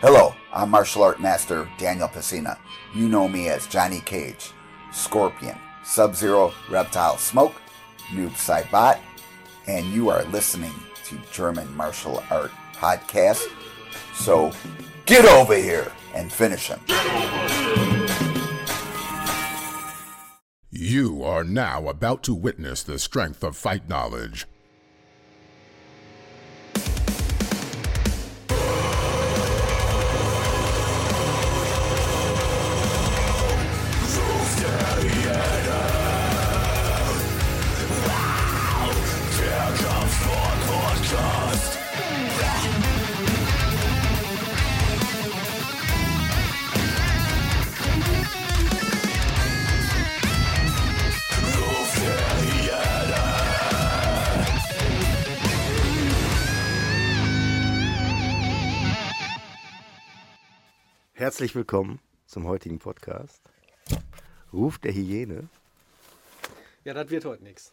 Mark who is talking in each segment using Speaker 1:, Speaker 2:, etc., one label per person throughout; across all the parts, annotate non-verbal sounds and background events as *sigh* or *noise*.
Speaker 1: Hello, I'm martial art master Daniel Pacina. You know me as Johnny Cage, Scorpion, Sub Zero, Reptile Smoke, Noob Saibot, and you are listening to German Martial Art Podcast. So get over here and finish him.
Speaker 2: You are now about to witness the strength of fight knowledge.
Speaker 3: Herzlich willkommen zum heutigen Podcast. Ruf der Hyäne.
Speaker 4: Ja, das wird
Speaker 3: *laughs*
Speaker 4: heute nichts.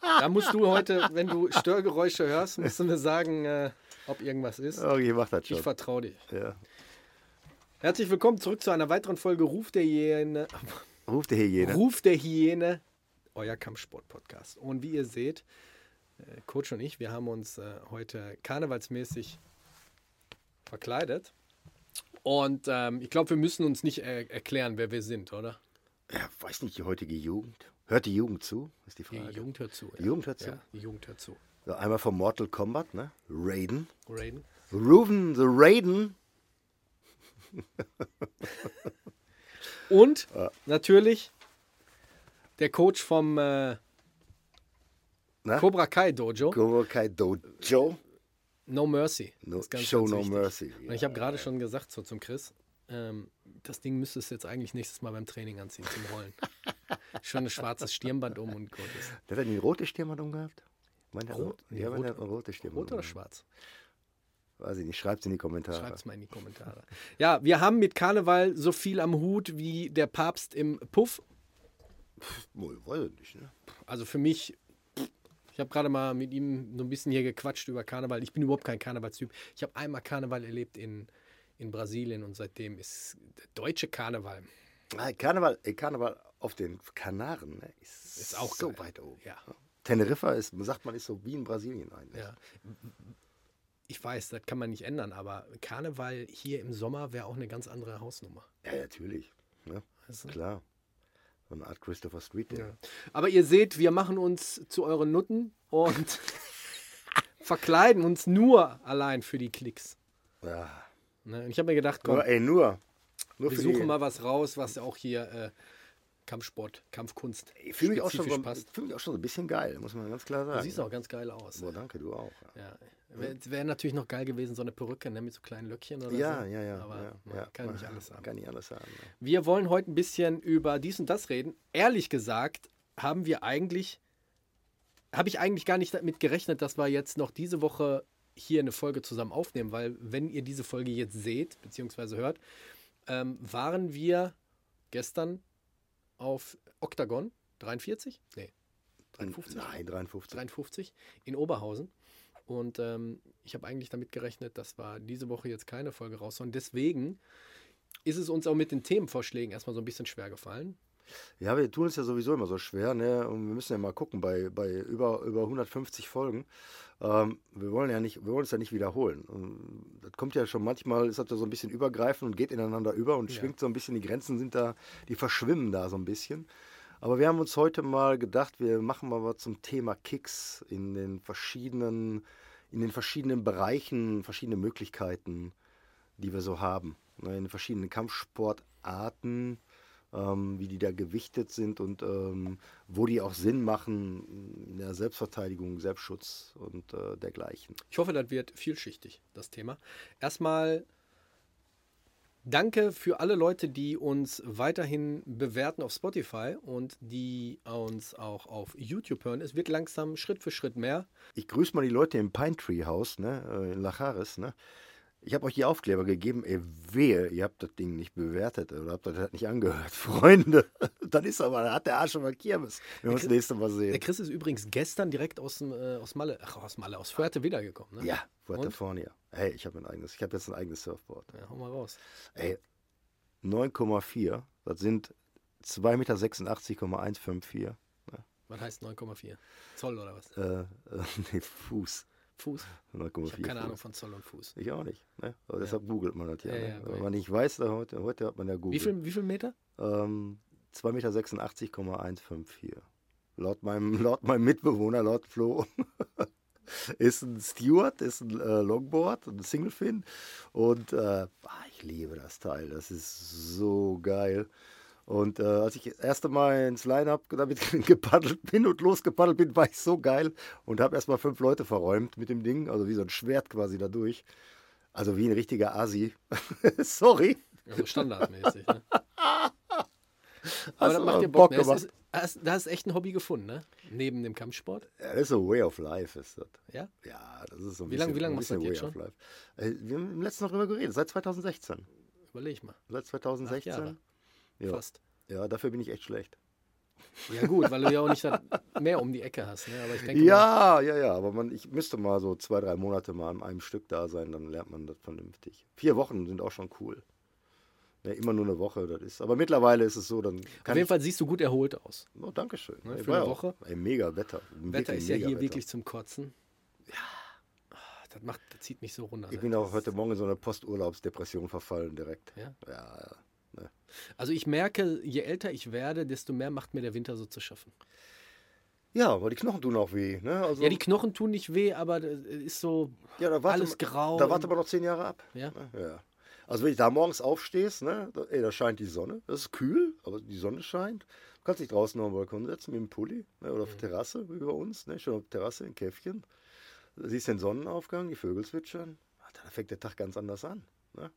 Speaker 4: Da musst du heute, wenn du Störgeräusche hörst, musst du mir sagen, äh, ob irgendwas ist.
Speaker 3: Okay, mach das schon.
Speaker 4: Ich vertraue dir.
Speaker 3: Ja.
Speaker 4: Herzlich willkommen zurück zu einer weiteren Folge Ruf der Hyäne.
Speaker 3: Ruf der Hyäne.
Speaker 4: Ruf der Hyäne, euer Kampfsport-Podcast. Und wie ihr seht, äh, Coach und ich, wir haben uns äh, heute karnevalsmäßig verkleidet. Und ähm, ich glaube, wir müssen uns nicht äh, erklären, wer wir sind, oder?
Speaker 3: ja, weiß nicht, die heutige Jugend. Hört die Jugend zu? Ist die
Speaker 4: Die
Speaker 3: Frage.
Speaker 4: Jugend hört zu.
Speaker 3: Die Jugend hört zu?
Speaker 4: Ja, die Jugend hört zu.
Speaker 3: So, einmal vom Mortal Kombat, ne? Raiden.
Speaker 4: Raiden.
Speaker 3: Ruven the Raiden.
Speaker 4: Und natürlich der Coach vom äh,
Speaker 3: Na?
Speaker 4: Cobra Kai Dojo.
Speaker 3: Cobra Kai ne? Dojo.
Speaker 4: No Mercy.
Speaker 3: No,
Speaker 4: ist ganz,
Speaker 3: show
Speaker 4: ganz
Speaker 3: no
Speaker 4: wichtig.
Speaker 3: mercy.
Speaker 4: Und ich habe gerade schon gesagt so zum Chris, ähm, das Ding müsstest du jetzt eigentlich nächstes Mal beim Training anziehen zum
Speaker 3: *laughs*
Speaker 4: Rollen. schon ein schwarzes Stirnband um und gut ist.
Speaker 3: Der hat eine rote Stirnband umgehabt. Meint er
Speaker 4: Rot?
Speaker 3: rot? Ja,
Speaker 4: Nee,
Speaker 3: meint er
Speaker 4: rot-
Speaker 3: eine rote Stirnband.
Speaker 4: Rot oder
Speaker 3: umgehabt.
Speaker 4: schwarz?
Speaker 3: Weiß ich nicht. Schreibt's in die Kommentare.
Speaker 4: Schreibt's mal in die Kommentare. Ja, wir haben mit Karneval so viel am Hut wie der Papst im Puff.
Speaker 3: Wohl, weiß ich nicht, ne?
Speaker 4: Also für mich, ich habe gerade mal mit ihm so ein bisschen hier gequatscht über Karneval. Ich bin überhaupt kein Karnevalstyp. Ich habe einmal Karneval erlebt in, in Brasilien und seitdem ist der deutsche Karneval
Speaker 3: Ah, Karneval, äh, Karneval auf den Kanaren ne, ist,
Speaker 4: ist auch
Speaker 3: so
Speaker 4: geil.
Speaker 3: weit oben.
Speaker 4: Ja,
Speaker 3: Teneriffa ist, sagt man, ist so wie in Brasilien eigentlich.
Speaker 4: ja. Ich weiß, das kann man nicht ändern, aber Karneval hier im Sommer wäre auch eine ganz andere Hausnummer.
Speaker 3: Ja, natürlich. Ne?
Speaker 4: Weißt du?
Speaker 3: Klar. So eine Art Christopher Street. Day.
Speaker 4: Ja. Aber ihr seht, wir machen uns zu euren Nutten *laughs* und verkleiden uns nur allein für die Klicks.
Speaker 3: Ah.
Speaker 4: Ne? Und ich habe mir gedacht, komm,
Speaker 3: Nur, ey, nur. Nur
Speaker 4: wir
Speaker 3: für
Speaker 4: suchen
Speaker 3: die-
Speaker 4: mal was raus, was auch hier äh, Kampfsport, Kampfkunst
Speaker 3: Ich fühle mich, auch schon so-
Speaker 4: spezifisch passt.
Speaker 3: fühl mich auch schon so ein bisschen geil, muss man ganz klar sagen.
Speaker 4: Du siehst auch ganz geil aus.
Speaker 3: Boah, danke, du auch. ja.
Speaker 4: Ja. Wäre wär natürlich noch geil gewesen, so eine Perücke ne, mit so kleinen Löckchen oder
Speaker 3: Ja,
Speaker 4: so.
Speaker 3: ja, ja.
Speaker 4: Aber
Speaker 3: ja,
Speaker 4: man
Speaker 3: ja.
Speaker 4: kann nicht
Speaker 3: Man
Speaker 4: alles haben.
Speaker 3: Kann nicht alles haben. ne? ja.
Speaker 4: Wir wollen heute ein bisschen über dies und das reden. Ehrlich gesagt, haben wir eigentlich, habe ich eigentlich gar nicht damit gerechnet, dass wir jetzt noch diese Woche hier eine Folge zusammen aufnehmen, weil wenn ihr diese Folge jetzt seht bzw. hört, ähm, waren wir gestern auf Octagon 43? Nee, 53?
Speaker 3: Nein, 53.
Speaker 4: 53 in Oberhausen. Und ähm, ich habe eigentlich damit gerechnet, dass wir diese Woche jetzt keine Folge raus sollen. Deswegen ist es uns auch mit den Themenvorschlägen erstmal so ein bisschen schwer gefallen.
Speaker 3: Ja, wir tun es ja sowieso immer so schwer, ne? Und wir müssen ja mal gucken bei, bei über, über 150 Folgen. Ähm, wir wollen ja nicht, wir wollen es ja nicht wiederholen. Und das kommt ja schon manchmal, ist das ja so ein bisschen übergreifend und geht ineinander über und
Speaker 4: Ja.
Speaker 3: schwingt so ein bisschen, die Grenzen sind da, die verschwimmen da so ein bisschen. Aber wir haben uns heute mal gedacht, wir machen mal was zum Thema Kicks in den verschiedenen, in den verschiedenen Bereichen, verschiedene Möglichkeiten, die wir so haben. ne, In verschiedenen Kampfsportarten, ähm, wie die da gewichtet sind und ähm, wo die auch Sinn machen in der Selbstverteidigung, Selbstschutz und äh, dergleichen.
Speaker 4: Ich hoffe, das wird vielschichtig, das Thema. Erstmal danke für alle Leute, die uns weiterhin bewerten auf Spotify und die uns auch auf YouTube hören. Es wird langsam Schritt für Schritt mehr.
Speaker 3: Ich grüße mal die Leute im Pine Tree House, ne, äh, in Lachares, ne. Ich habe euch die Aufkleber gegeben. Ey, wehe, ihr habt das Ding nicht bewertet oder habt euch das halt nicht angehört. *laughs* Freunde, dann ist aber, dann hat der Arsch aber Kirmes. Wenn wir uns das
Speaker 4: Chris-
Speaker 3: nächste Mal sehen.
Speaker 4: Der Chris ist übrigens gestern direkt aus, dem, äh, aus Malle, ach, aus Malle, aus Fuerte wiedergekommen. Ne?
Speaker 3: Ja,
Speaker 4: Und?
Speaker 3: Fuertefornia. Hey, ich habe ein eigenes. Ich habe jetzt ein eigenes Surfboard.
Speaker 4: ja. Hau mal raus.
Speaker 3: Ey, 9,4. Das sind 2,86,154 Meter.
Speaker 4: Was heißt 9,4? Zoll oder was?
Speaker 3: Äh, äh, *laughs* nee, Fuß.
Speaker 4: Fuß?
Speaker 3: 9,4.
Speaker 4: Ich habe keine
Speaker 3: Fuß.
Speaker 4: Ahnung von Zoll und Fuß.
Speaker 3: Ich auch nicht. Ne? Aber deshalb googelt man das ja.
Speaker 4: Ja,
Speaker 3: ne?
Speaker 4: ja,
Speaker 3: Wenn
Speaker 4: korrekt.
Speaker 3: man nicht weiß, da heute, heute hat man ja Google.
Speaker 4: Wie viel, wie viel Meter?
Speaker 3: Ähm, 2,86,154 Meter. Laut meinem, *laughs* laut meinem Mitbewohner, laut Flo, *laughs* ist ein Stewart, ist ein äh, Longboard, ein Singlefin. Und äh, ah, ich liebe das Teil, das ist so geil. Und äh, als ich das erste Mal ins Line-Up damit *laughs* gepaddelt bin und losgepaddelt bin, war ich so geil und habe erstmal fünf Leute verräumt mit dem Ding, also wie so ein Schwert quasi da durch. Also wie ein richtiger Asi. *laughs* Sorry.
Speaker 4: Also standardmäßig. *laughs* Ne?
Speaker 3: Hast
Speaker 4: Aber das
Speaker 3: du
Speaker 4: macht dir
Speaker 3: Bock
Speaker 4: Bock. ne? Es
Speaker 3: gemacht?
Speaker 4: Ist, hast, da hast du echt ein Hobby gefunden, ne? Neben dem Kampfsport.
Speaker 3: Ja, das ist so Way of Life, ist das.
Speaker 4: Ja?
Speaker 3: Ja, das ist so ein
Speaker 4: Wie
Speaker 3: bisschen,
Speaker 4: lang- wie lang
Speaker 3: ein
Speaker 4: machst du das
Speaker 3: bisschen
Speaker 4: jetzt
Speaker 3: Way of Life. Äh, wir haben letztens noch drüber geredet, seit 2016.
Speaker 4: Überleg mal.
Speaker 3: Seit 2016.
Speaker 4: Acht Jahre.
Speaker 3: Ja.
Speaker 4: Fast.
Speaker 3: Ja, dafür bin ich echt schlecht.
Speaker 4: Ja, gut, weil du ja auch nicht das mehr um die Ecke hast, ne? Aber ich denke, mal,
Speaker 3: Ja, ja, ja, aber man, ich müsste mal so zwei, drei Monate mal an einem Stück da sein, dann lernt man das vernünftig. Vier Wochen sind auch schon cool. Ja, immer nur eine Woche, das ist. Aber mittlerweile ist es so, dann
Speaker 4: auf
Speaker 3: kann
Speaker 4: jeden
Speaker 3: ich.
Speaker 4: Fall siehst du gut erholt aus.
Speaker 3: Oh, Dankeschön.
Speaker 4: Ne,
Speaker 3: Ey,
Speaker 4: für
Speaker 3: war
Speaker 4: eine
Speaker 3: ja auch-
Speaker 4: Woche.
Speaker 3: Ey, mega Wetter.
Speaker 4: Wetter
Speaker 3: Wirklich
Speaker 4: ist ja
Speaker 3: mega
Speaker 4: hier
Speaker 3: Wetter.
Speaker 4: wirklich zum Kotzen. Ja. oh, Das, macht, das zieht mich so runter.
Speaker 3: Ich
Speaker 4: ne?
Speaker 3: bin auch heute Morgen in so einer Posturlaubsdepression verfallen direkt.
Speaker 4: Ja?
Speaker 3: Ja, ja.
Speaker 4: Also ich merke, je älter ich werde, desto mehr macht mir der Winter so zu schaffen.
Speaker 3: Ja, aber die Knochen tun auch weh. Ne? Also,
Speaker 4: Ja, die Knochen tun nicht weh, aber das ist so
Speaker 3: Ja, da warte
Speaker 4: alles
Speaker 3: ma-
Speaker 4: grau.
Speaker 3: Da wartet man noch zehn Jahre ab.
Speaker 4: Ja.
Speaker 3: Ne? ja. Also wenn du da morgens aufstehst, ne, da, ey, da scheint die Sonne. Das ist kühl, aber die Sonne scheint. Du kannst dich draußen auf den Balkon setzen mit dem Pulli ne, oder auf
Speaker 4: Mhm.
Speaker 3: der Terrasse, wie bei uns. Ne, schön auf der Terrasse, ein Käffchen. Da siehst den Sonnenaufgang, die Vögel zwitschern. Alter, da fängt der Tag ganz anders an. Ne?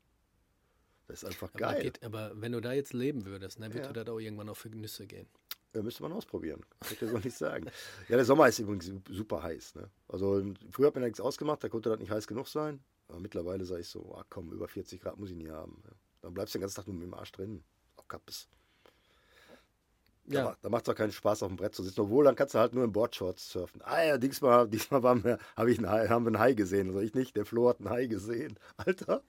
Speaker 3: Das ist einfach
Speaker 4: aber,
Speaker 3: geil.
Speaker 4: Geht, aber wenn du da jetzt leben würdest, ne, würde
Speaker 3: Ja.
Speaker 4: das auch irgendwann auf Nüsse gehen.
Speaker 3: Ja, Äh, müsste man ausprobieren. Kann ich dir so nicht sagen. Ja, der Sommer ist übrigens su- super heiß. Ne? Also früher hat man da nichts ausgemacht, da konnte das nicht heiß genug sein. Aber mittlerweile sage ich so, ah komm, über 40 Grad muss ich nie haben. Ne? Dann bleibst du den ganzen Tag nur mit dem Arsch drin. Auch kappes. Da,
Speaker 4: Ja,
Speaker 3: ma- da macht es auch keinen Spaß, auf dem Brett zu sitzen. Obwohl, dann kannst du halt nur in Boardshorts surfen. Ah ja, diesmal, diesmal waren wir, hab ich einen Hai, haben wir einen Hai gesehen. Also ich nicht, der Flo hat einen Hai gesehen. Alter.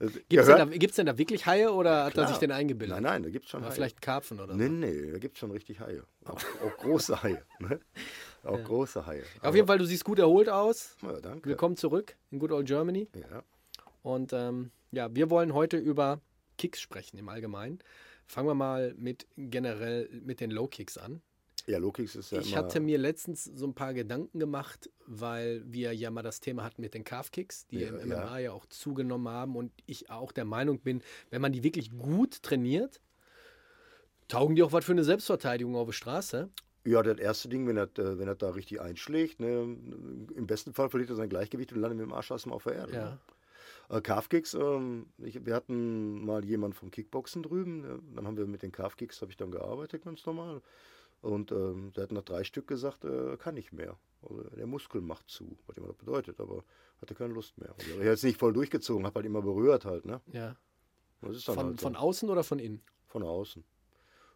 Speaker 4: gibt es denn, da- gibt's denn da wirklich Haie oder hat er
Speaker 3: Klar.
Speaker 4: sich den eingebildet?
Speaker 3: Nein, nein, da gibt es schon
Speaker 4: War
Speaker 3: Haie.
Speaker 4: vielleicht Karpfen oder
Speaker 3: Nee,
Speaker 4: so. Ah.
Speaker 3: nee, da gibt es schon richtig Haie. Auch, auch große Haie. Ne?
Speaker 4: *laughs*
Speaker 3: Auch große Haie.
Speaker 4: Auf jeden Fall, du siehst gut erholt aus.
Speaker 3: Aber- Ja, danke.
Speaker 4: Willkommen zurück in Good Old Germany.
Speaker 3: Ja.
Speaker 4: Und ähm, ja, wir wollen heute über Kicks sprechen im Allgemeinen. Fangen wir mal mit generell mit den Low Kicks an.
Speaker 3: ja, Lokix ist ja
Speaker 4: ich
Speaker 3: immer,
Speaker 4: hatte mir letztens so ein paar Gedanken gemacht, weil wir ja mal das Thema hatten mit den Calf-Kicks, die
Speaker 3: Ja,
Speaker 4: im
Speaker 3: ja.
Speaker 4: MMA ja auch zugenommen haben und ich auch der Meinung bin, wenn man die wirklich gut trainiert, taugen die auch was für eine Selbstverteidigung auf der Straße.
Speaker 3: Ja, das erste Ding, wenn er äh, wenn das da richtig einschlägt, ne, im besten Fall verliert er sein Gleichgewicht und landet mit dem Arsch erstmal auf der Erde.
Speaker 4: Ja.
Speaker 3: Ne? Äh, Calfkicks, ähm, ich, wir hatten mal jemanden vom Kickboxen drüben, ne? dann haben wir mit den Calfkicks, habe ich dann gearbeitet, ganz normal. Und ähm, der hat nach drei Stück gesagt, äh, kann nicht mehr. Also der Muskel macht zu, was immer das bedeutet, aber hatte keine Lust mehr. Also, ich habe jetzt nicht voll durchgezogen, habe halt immer berührt halt, ne?
Speaker 4: Ja.
Speaker 3: Das ist dann
Speaker 4: Von,
Speaker 3: halt so.
Speaker 4: von außen oder von innen?
Speaker 3: Von außen.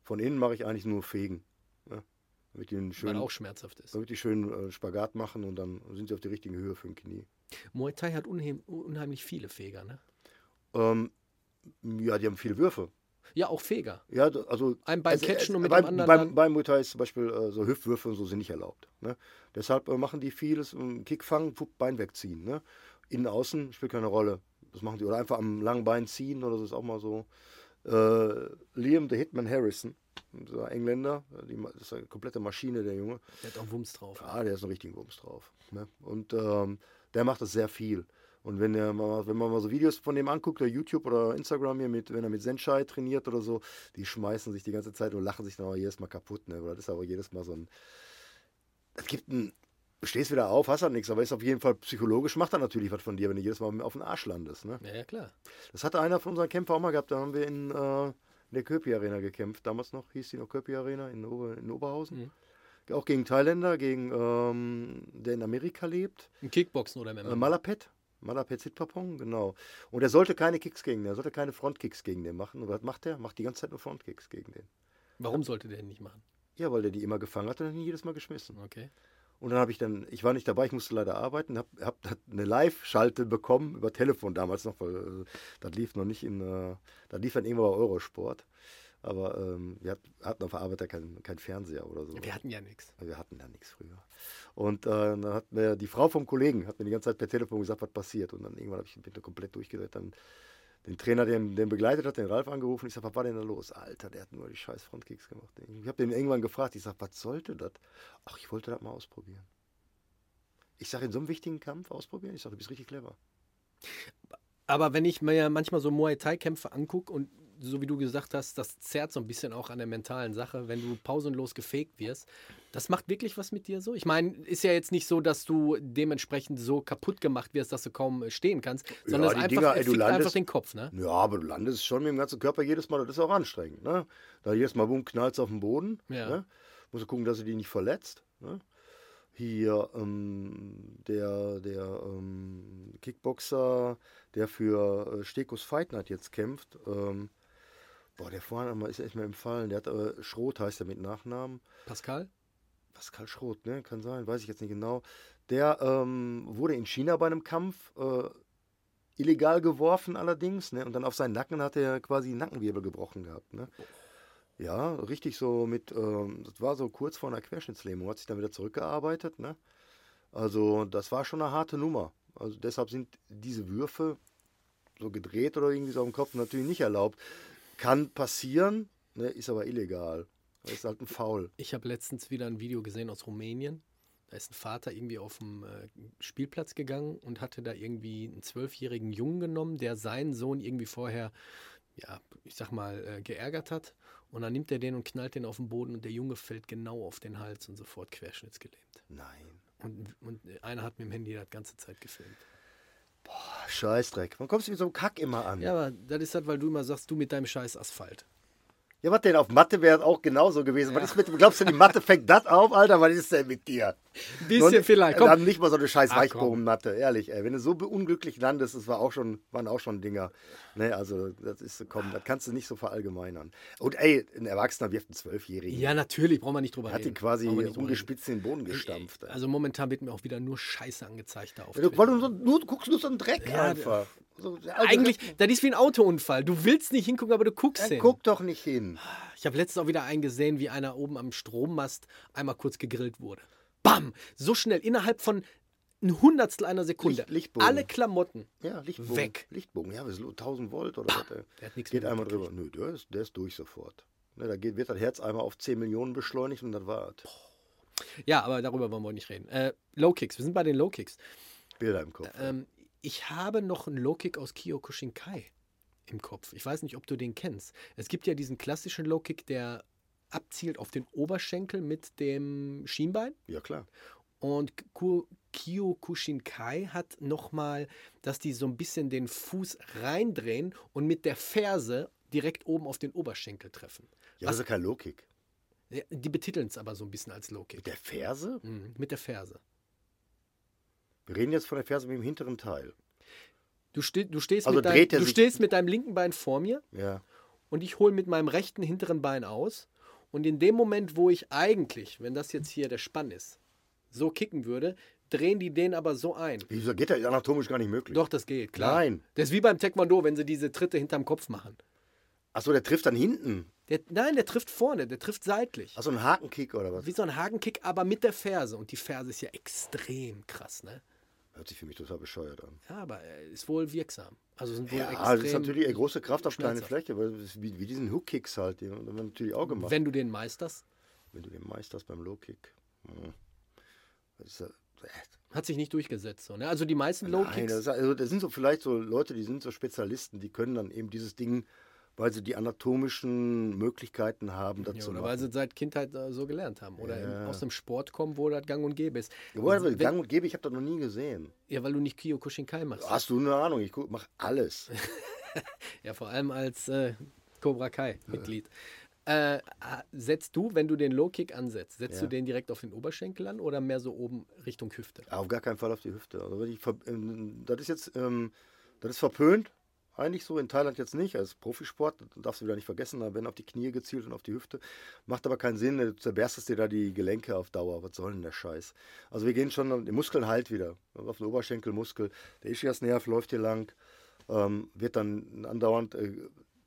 Speaker 3: Von innen mache ich eigentlich nur Fegen. Ne? Damit, die einen
Speaker 4: Weil
Speaker 3: schönen,
Speaker 4: auch schmerzhaft ist.
Speaker 3: damit die schön äh, Spagat machen und dann sind sie auf die richtige Höhe für ein Knie.
Speaker 4: Muay Thai hat unheim, unheimlich viele Feger, ne?
Speaker 3: Ähm, ja, die haben viele Würfe.
Speaker 4: Ja, auch Feger.
Speaker 3: Ja, d- also
Speaker 4: Ein Bein
Speaker 3: also,
Speaker 4: catchen und mit
Speaker 3: beim,
Speaker 4: dem anderen
Speaker 3: Beim,
Speaker 4: dann-
Speaker 3: beim Muay Thai ist zum Beispiel äh, so Hüftwürfe und so sind nicht erlaubt. Ne? Deshalb äh, machen die vieles, ähm, Kick fangen, Pup, Bein wegziehen. Ne? Innen, außen spielt keine Rolle. Das machen die. Oder einfach am langen Bein ziehen oder so ist auch mal so. Äh, Liam the Hitman Harrison, dieser Engländer, die, ma- das ist eine komplette Maschine, der Junge.
Speaker 4: Der hat auch Wumms drauf.
Speaker 3: Ah, der ist einen richtigen Wumms drauf. Ne? Und ähm, der macht das sehr viel. Und wenn, der mal, wenn man mal so Videos von dem anguckt, oder YouTube oder Instagram hier, mit, wenn er mit Senshai trainiert oder so, die schmeißen sich die ganze Zeit und lachen sich dann aber jedes Mal kaputt. Ne? Weil das ist aber jedes Mal so ein. Es gibt ein. Du stehst wieder auf, hast halt nichts, aber ist auf jeden Fall psychologisch, macht er natürlich was von dir, wenn du jedes Mal auf den Arsch landest. Ne?
Speaker 4: Ja, ja, klar.
Speaker 3: Das hatte einer von unseren Kämpfern auch mal gehabt, da haben wir in, äh, in der Köpi Arena gekämpft. Damals noch hieß die noch Köpi Arena in, Ober, in
Speaker 4: Mhm.
Speaker 3: Oberhausen. Auch gegen Thailänder, gegen ähm, der in Amerika lebt.
Speaker 4: Im Kickboxen oder im
Speaker 3: Äh,
Speaker 4: MMA.
Speaker 3: Malapet. Malapet Sitpapon, genau. Und er sollte keine Kicks gegen den, er sollte keine Frontkicks gegen den machen. Und was macht er? Macht die ganze Zeit nur Frontkicks gegen den.
Speaker 4: Warum sollte der den nicht machen?
Speaker 3: Ja, weil der die immer gefangen hat und hat ihn jedes Mal geschmissen.
Speaker 4: Okay.
Speaker 3: Und dann habe ich dann, ich war nicht dabei, ich musste leider arbeiten, habe hab *laughs* dann eine Live-Schalte bekommen über Telefon damals noch, weil äh, das lief noch nicht in, äh, das lief dann irgendwann bei Eurosport. Aber ähm, wir hat, hatten auf der Arbeit ja keinen kein Fernseher oder so.
Speaker 4: Wir hatten ja nichts.
Speaker 3: Wir hatten da nichts früher. Und äh, dann hat mir die Frau vom Kollegen hat mir die ganze Zeit per Telefon gesagt, was passiert. Und dann irgendwann habe ich bin da komplett durchgedreht. Dann den Trainer, den, den begleitet hat, den Ralf angerufen. Ich sage, was war denn da los? Alter, der hat nur die scheiß Frontkicks gemacht. Ich habe den irgendwann gefragt. Ich sage, was sollte das? Ach, ich wollte das mal ausprobieren. Ich sage, in so einem wichtigen Kampf ausprobieren? Ich sage, du bist richtig clever.
Speaker 4: Aber wenn ich mir ja manchmal so Muay Thai-Kämpfe angucke und so wie du gesagt hast, das zerrt so ein bisschen auch an der mentalen Sache, wenn du pausenlos gefegt wirst. Das macht wirklich was mit dir so? Ich meine, ist ja jetzt nicht so, dass du dementsprechend so kaputt gemacht wirst, dass du kaum äh, stehen kannst, sondern
Speaker 3: die
Speaker 4: es einfach,
Speaker 3: Dinger,
Speaker 4: es
Speaker 3: ey, du
Speaker 4: fickt einfach
Speaker 3: landest-
Speaker 4: den Kopf, ne?
Speaker 3: Ja, aber du landest schon mit dem ganzen Körper jedes Mal. Das ist auch anstrengend. Ne? Da jedes Mal bumm, knallst auf den Boden.
Speaker 4: Ja.
Speaker 3: Ne? Musst du gucken, dass du die nicht verletzt. Ne? Hier ähm, der, der ähm, Kickboxer, der für äh, Stekos Fight Night jetzt kämpft. Ähm, boah, der vorhin einmal ist echt mal empfallen. Der hat äh, Schroth heißt er mit Nachnamen.
Speaker 4: Pascal?
Speaker 3: Pascal Schroth, ne? Kann sein, weiß ich jetzt nicht genau. Der ähm, wurde in China bei einem Kampf äh, illegal geworfen allerdings, ne? Und dann auf seinen Nacken hat er quasi einen Nackenwirbel gebrochen gehabt, ne? Ja, richtig so mit, ähm, das war so kurz vor einer Querschnittslähmung, hat sich dann wieder zurückgearbeitet, ne? Also das war schon eine harte Nummer. Also deshalb sind diese Würfe so gedreht oder irgendwie so auf dem Kopf natürlich nicht erlaubt. Kann passieren, ne? Ist aber illegal. Ist halt ein Foul.
Speaker 4: Ich habe letztens wieder ein Video gesehen aus Rumänien. Da ist ein Vater irgendwie auf dem äh, Spielplatz gegangen und hatte da irgendwie einen zwölfjährigen Jungen genommen, der seinen Sohn irgendwie vorher, ja, ich sag mal, äh, geärgert hat. Und dann nimmt er den und knallt den auf den Boden und der Junge fällt genau auf den Hals und sofort querschnittsgelähmt.
Speaker 3: Nein.
Speaker 4: Und, und einer hat mit dem Handy das ganze Zeit gefilmt.
Speaker 3: Scheißdreck. Wann kommst du mit so einem Kack immer an?
Speaker 4: Ja,
Speaker 3: Ja,
Speaker 4: aber das ist halt, weil du immer sagst, du mit deinem scheiß Asphalt.
Speaker 3: was denn? Auf Mathe wäre es auch genauso gewesen. Was ist mit, glaubst du, die Mathe fängt das auf? Alter, was ist denn mit dir?
Speaker 4: Bisschen
Speaker 3: Nun,
Speaker 4: vielleicht,
Speaker 3: Wir
Speaker 4: komm.
Speaker 3: haben nicht mal so eine scheiß
Speaker 4: Ach,
Speaker 3: Weichbogenmatte, ehrlich. Ey. Wenn du so be- unglücklich landest, das war auch schon, waren auch schon Dinger. Ne, also, das ist, komm, das kannst du nicht so verallgemeinern. Und ey, ein Erwachsener wirft einen Zwölfjährigen.
Speaker 4: Ja, natürlich, brauchen wir nicht drüber
Speaker 3: Er hat
Speaker 4: reden.
Speaker 3: ihn quasi
Speaker 4: Brauchen wir nicht drüber reden.
Speaker 3: ungespitzt in den Boden gestampft. Ey.
Speaker 4: Also momentan wird mir auch wieder nur Scheiße angezeigt da auf
Speaker 3: Ja, du,
Speaker 4: Twitter.
Speaker 3: weil du, so, nur- du guckst nur so einen Dreck
Speaker 4: Ja,
Speaker 3: einfach. So, also,
Speaker 4: Eigentlich, das ist wie ein Autounfall. Du willst nicht hingucken, aber du guckst
Speaker 3: Ey,
Speaker 4: hin.
Speaker 3: guck doch nicht hin.
Speaker 4: Ich habe letztens auch wieder einen gesehen, wie einer oben am Strommast einmal kurz gegrillt wurde. Bam! So schnell, innerhalb von ein Hundertstel einer Sekunde.
Speaker 3: Licht- Lichtbogen.
Speaker 4: Alle Klamotten.
Speaker 3: Ja, Lichtbogen.
Speaker 4: Weg.
Speaker 3: Lichtbogen, ja, was ist los? 1000 Volt oder was? ey?
Speaker 4: Der hat nichts
Speaker 3: Geht
Speaker 4: mehr
Speaker 3: einmal drüber. Nö, der ist, der ist durch sofort. Ne, da geht, wird das Herz einmal auf 10 Millionen beschleunigt und das war's.
Speaker 4: Ja, aber darüber wollen wir nicht reden. Äh, Low Kicks, wir sind bei den Low Kicks.
Speaker 3: Bilder im Kopf. ey.
Speaker 4: Ähm, ich habe noch einen Low-Kick aus Kyokushinkai im Kopf. Ich weiß nicht, ob du den kennst. Es gibt ja diesen klassischen Low-Kick, der abzielt auf den Oberschenkel mit dem Schienbein.
Speaker 3: ja, klar.
Speaker 4: Und Ku- Kyokushinkai hat nochmal, dass die so ein bisschen den Fuß reindrehen und mit der Ferse direkt oben auf den Oberschenkel treffen.
Speaker 3: Ja,
Speaker 4: Was-
Speaker 3: das ist ja kein Low-Kick.
Speaker 4: Ja, Die betiteln es aber so ein bisschen als Low-Kick.
Speaker 3: Mit der Ferse?
Speaker 4: Mhm, mit der Ferse.
Speaker 3: Wir reden jetzt von der Ferse mit dem hinteren Teil.
Speaker 4: Du, ste du, stehst,
Speaker 3: Also
Speaker 4: mit dein,
Speaker 3: dreht er
Speaker 4: du
Speaker 3: sich-
Speaker 4: stehst mit deinem linken Bein vor mir
Speaker 3: Ja.
Speaker 4: und ich hole mit meinem rechten hinteren Bein aus. Und in dem Moment, wo ich eigentlich, wenn das jetzt hier der Spann ist, so kicken würde, drehen die den aber so ein.
Speaker 3: Wieso geht das? Ist anatomisch gar nicht möglich.
Speaker 4: Doch, das geht, klar.
Speaker 3: Nein.
Speaker 4: Das ist wie beim Taekwondo, wenn sie diese Tritte hinterm Kopf machen.
Speaker 3: Achso, der trifft dann hinten.
Speaker 4: Der, nein, der trifft vorne, der trifft seitlich.
Speaker 3: Achso, ein Hakenkick oder was?
Speaker 4: Wie so ein Hakenkick, aber mit der Ferse. Und die Ferse ist ja extrem krass, ne?
Speaker 3: Hört sich für mich total bescheuert an.
Speaker 4: Ja, aber äh, ist wohl wirksam. Also sind wohl
Speaker 3: Ja,
Speaker 4: extrem.
Speaker 3: das ist natürlich eine große Kraft auf kleine
Speaker 4: schmerzhaft.
Speaker 3: Fläche, weil das ist wie, wie diesen Hook-Kicks halt, den haben wir natürlich auch gemacht.
Speaker 4: Wenn du den meisterst,
Speaker 3: Wenn du den meisterst beim Low-Kick. Hm. Das ist ja-
Speaker 4: hat sich nicht durchgesetzt. So, ne? Also die meisten
Speaker 3: Nein, das,
Speaker 4: Low-Kicks.
Speaker 3: ist, also, das sind so vielleicht so Leute, die sind so Spezialisten, die können dann eben dieses Ding, weil sie die anatomischen Möglichkeiten haben,
Speaker 4: Ja,
Speaker 3: dazu
Speaker 4: oder
Speaker 3: machen.
Speaker 4: weil sie seit Kindheit äh, so gelernt haben. Oder im,
Speaker 3: Ja.
Speaker 4: aus dem Sport kommen, wo das gang und gäbe ist.
Speaker 3: Ja, woher will-
Speaker 4: Wenn-
Speaker 3: also gang und gäbe, ich habe das noch nie gesehen.
Speaker 4: ja, weil du nicht Kyokushinkai machst.
Speaker 3: Hast du eine Ahnung? Ich guck, mach alles.
Speaker 4: Ja, vor allem als äh, Cobra Kai-Mitglied. Äh, setzt du, wenn du den Low-Kick ansetzt, setzt
Speaker 3: Ja.
Speaker 4: du den direkt auf den Oberschenkel an oder mehr so oben Richtung Hüfte?
Speaker 3: Ah, Auf gar keinen Fall auf die Hüfte. Also wenn ich, ver- ähm, das ist jetzt, ähm, das ist verpönt. Eigentlich so, in Thailand jetzt nicht, als Profisport, das darfst du wieder nicht vergessen, da werden auf die Knie gezielt und auf die Hüfte. Macht aber keinen Sinn, du zerberstest dir da die Gelenke auf Dauer. Was soll denn der Scheiß? Also wir gehen schon, die Muskeln halt wieder. Auf den Oberschenkelmuskel, der Ischiasnerv läuft hier lang, ähm, wird dann andauernd, äh,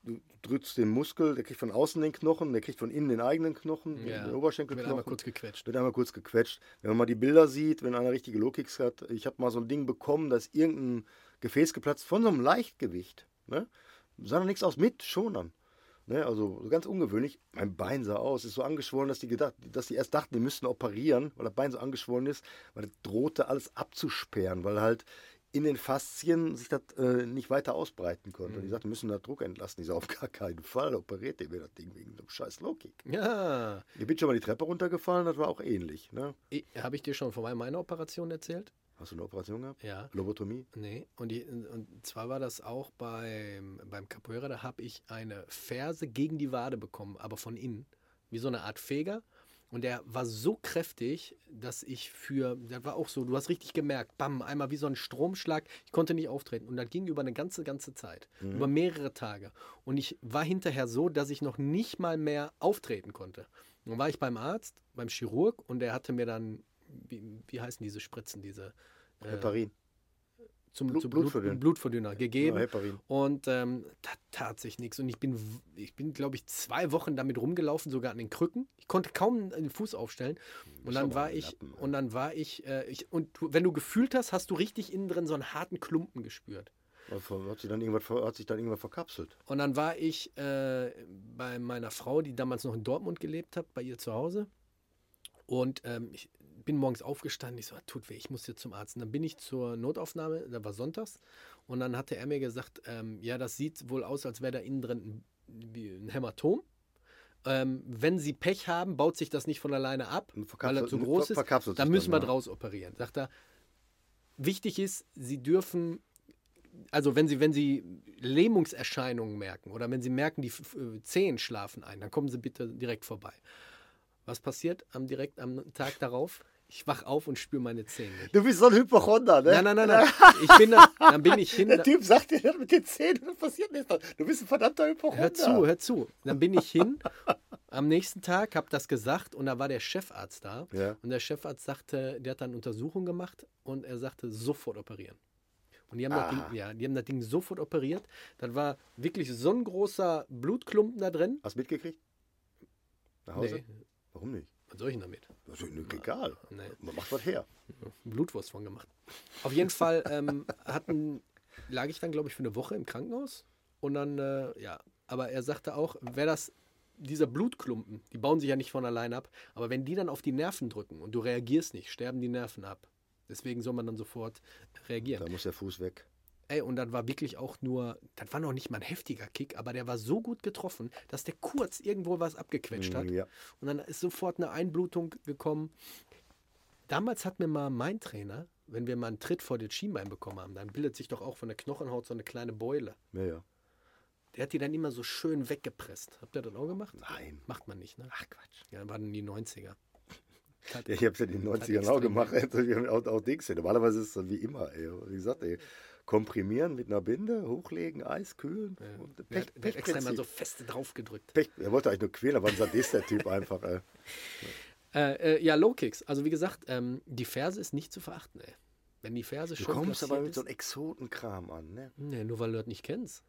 Speaker 3: du drückst den Muskel, der kriegt von außen den Knochen, der kriegt von innen den eigenen Knochen, den
Speaker 4: Wird einmal
Speaker 3: Oberschenkelknochen.
Speaker 4: kurz gequetscht.
Speaker 3: Wird einmal kurz gequetscht. Wenn man mal die Bilder sieht, wenn einer richtige Low-Kicks hat, ich habe mal so ein Ding bekommen, da ist irgendein Gefäß geplatzt von so einem Leichtgewicht. Ne? Sah noch nichts aus mit Schonern. Ne? Also so ganz ungewöhnlich. Mein Bein sah aus, ist so angeschwollen, dass die, gedacht, dass die erst dachten, die müssten operieren, weil das Bein so angeschwollen ist, weil das drohte alles abzusperren, weil halt in den Faszien sich das äh, nicht weiter ausbreiten konnte. Und die sagten, wir müssen da Druck entlassen. Ich sage, auf gar keinen Fall operiert ihr mir das Ding wegen dem scheiß Low-Kick.
Speaker 4: Ja.
Speaker 3: Ich bin schon mal die Treppe runtergefallen, das war auch ähnlich. Ne?
Speaker 4: Habe ich dir schon von meiner Operation erzählt?
Speaker 3: Hast du eine Operation gehabt?
Speaker 4: Ja.
Speaker 3: Lobotomie?
Speaker 4: Nee, und, die, und zwar war das auch beim, beim Capoeira, da habe ich eine Ferse gegen die Wade bekommen, aber von innen, wie so eine Art Feger. Und der war so kräftig, dass ich für, das war auch so, du hast richtig gemerkt, bam, einmal wie so ein Stromschlag, ich konnte nicht auftreten. Und das ging über eine ganze, ganze Zeit,
Speaker 3: Hm. Mhm.
Speaker 4: über mehrere Tage. Und ich war hinterher so, dass ich noch nicht mal mehr auftreten konnte. Dann war ich beim Arzt, beim Chirurg, und der hatte mir dann, wie, wie heißen diese Spritzen, diese äh,
Speaker 3: Heparin.
Speaker 4: zum
Speaker 3: Blu-
Speaker 4: Blut,
Speaker 3: Blutverdünner.
Speaker 4: Blutverdünner, Blutverdünner
Speaker 3: Ja,
Speaker 4: gegeben.
Speaker 3: Heparin.
Speaker 4: und ähm, da tat sich nichts. Und ich bin, w- ich bin, glaube ich, zwei Wochen damit rumgelaufen, sogar an den Krücken. Ich konnte kaum den Fuß aufstellen. Und dann
Speaker 3: doch
Speaker 4: war
Speaker 3: mal ein
Speaker 4: ich,
Speaker 3: Lappen, ey.
Speaker 4: und dann war ich, äh, ich und du, wenn du gefühlt hast, hast du richtig innen drin so einen harten Klumpen gespürt.
Speaker 3: Also Hat sich, dann irgendwas, ver- hat sich dann irgendwann verkapselt.
Speaker 4: Und dann war ich äh, bei meiner Frau, die damals noch in Dortmund gelebt hat, bei ihr zu Hause. Und ähm, ich bin morgens aufgestanden. Ich so, ah, tut weh, ich muss jetzt zum Arzt. Und dann bin ich zur Notaufnahme, da war sonntags. Und dann hatte er mir gesagt, ähm, ja, das sieht wohl aus, als wäre da innen drin ein, wie ein Hämatom. Ähm, wenn Sie Pech haben, baut sich das nicht von alleine ab,
Speaker 3: Und verkapselt-
Speaker 4: weil er zu
Speaker 3: und
Speaker 4: groß
Speaker 3: ver-
Speaker 4: ist.
Speaker 3: verkapselt sich
Speaker 4: Dann müssen
Speaker 3: dann,
Speaker 4: wir
Speaker 3: ja.
Speaker 4: draus operieren. Sagt er, wichtig ist, Sie dürfen also wenn sie, wenn sie Lähmungserscheinungen merken oder wenn sie merken, die F- äh, Zehen schlafen ein, dann kommen sie bitte direkt vorbei. Was passiert am direkt am Tag darauf? Ich wach auf und spüre meine Zehen nicht.
Speaker 3: Du bist so ein Hypochonder, ne?
Speaker 4: Nein, nein, nein, nein. Ich bin dann, dann bin ich
Speaker 3: *laughs*
Speaker 4: hin.
Speaker 3: Der Typ sagt dir das mit den Zähnen, das passiert nicht. Du bist ein verdammter Hypochonder.
Speaker 4: Hör zu, hör zu. Dann bin ich hin. Am nächsten Tag habe das gesagt und da war der Chefarzt da.
Speaker 3: Ja.
Speaker 4: Und der Chefarzt sagte, der hat dann Untersuchung gemacht und er sagte, sofort operieren. Und die haben, das
Speaker 3: Ah.
Speaker 4: Ding, ja, die haben das Ding sofort operiert. Dann war wirklich so ein großer Blutklumpen da drin.
Speaker 3: Hast du mitgekriegt? Nach Hause?
Speaker 4: Nee,
Speaker 3: Warum nicht?
Speaker 4: was soll ich denn damit?
Speaker 3: Das ist nicht egal.
Speaker 4: Nee.
Speaker 3: Man macht was her.
Speaker 4: Blutwurst von gemacht. Auf jeden Fall ähm, hatten, lag ich dann, glaube ich, für eine Woche im Krankenhaus. Und dann, äh, ja, aber er sagte auch, wäre das, dieser Blutklumpen, die bauen sich ja nicht von allein ab, aber wenn die dann auf die Nerven drücken und du reagierst nicht, sterben die Nerven ab. Deswegen soll man dann sofort reagieren.
Speaker 3: Da muss der Fuß weg.
Speaker 4: Ey, und dann war wirklich auch nur, das war noch nicht mal ein heftiger Kick, aber der war so gut getroffen, dass der kurz irgendwo was abgequetscht hat.
Speaker 3: Mhm, Ja.
Speaker 4: Und dann ist sofort eine Einblutung gekommen. Damals hat mir mal mein Trainer, wenn wir mal einen Tritt vor das Schienbein bekommen haben, dann bildet sich doch auch von der Knochenhaut so eine kleine Beule.
Speaker 3: ja, ja.
Speaker 4: Der hat die dann immer so schön weggepresst. Habt ihr das auch gemacht?
Speaker 3: Nein.
Speaker 4: Macht man nicht, ne?
Speaker 3: Ach Quatsch.
Speaker 4: Ja, waren die 90er. Hat, ne?
Speaker 3: Ich hab's *laughs* ja in den 90ern auch
Speaker 4: extrem
Speaker 3: gemacht. Ey. auch, auch Dings. ey. Normalerweise ist es dann wie immer, ey. Wie gesagt, ey. Komprimieren mit einer Binde, hochlegen, Eis, kühlen. Und
Speaker 4: der hat, der hat extra
Speaker 3: Pechprinzip.
Speaker 4: mal so feste draufgedrückt.
Speaker 3: Pech, er wollte eigentlich nur quälen, aber ein Sadist, der Typ einfach.
Speaker 4: *laughs*
Speaker 3: Ey.
Speaker 4: Äh, äh, ja, Low Kicks. Also wie gesagt, ähm, die Ferse ist nicht zu verachten, ey. Wenn die Ferse
Speaker 3: Du
Speaker 4: schon
Speaker 3: kommst
Speaker 4: platziert
Speaker 3: aber mit so einem
Speaker 4: ist,
Speaker 3: Exotenkram an, ne?
Speaker 4: Nee, nur weil du das nicht kennst.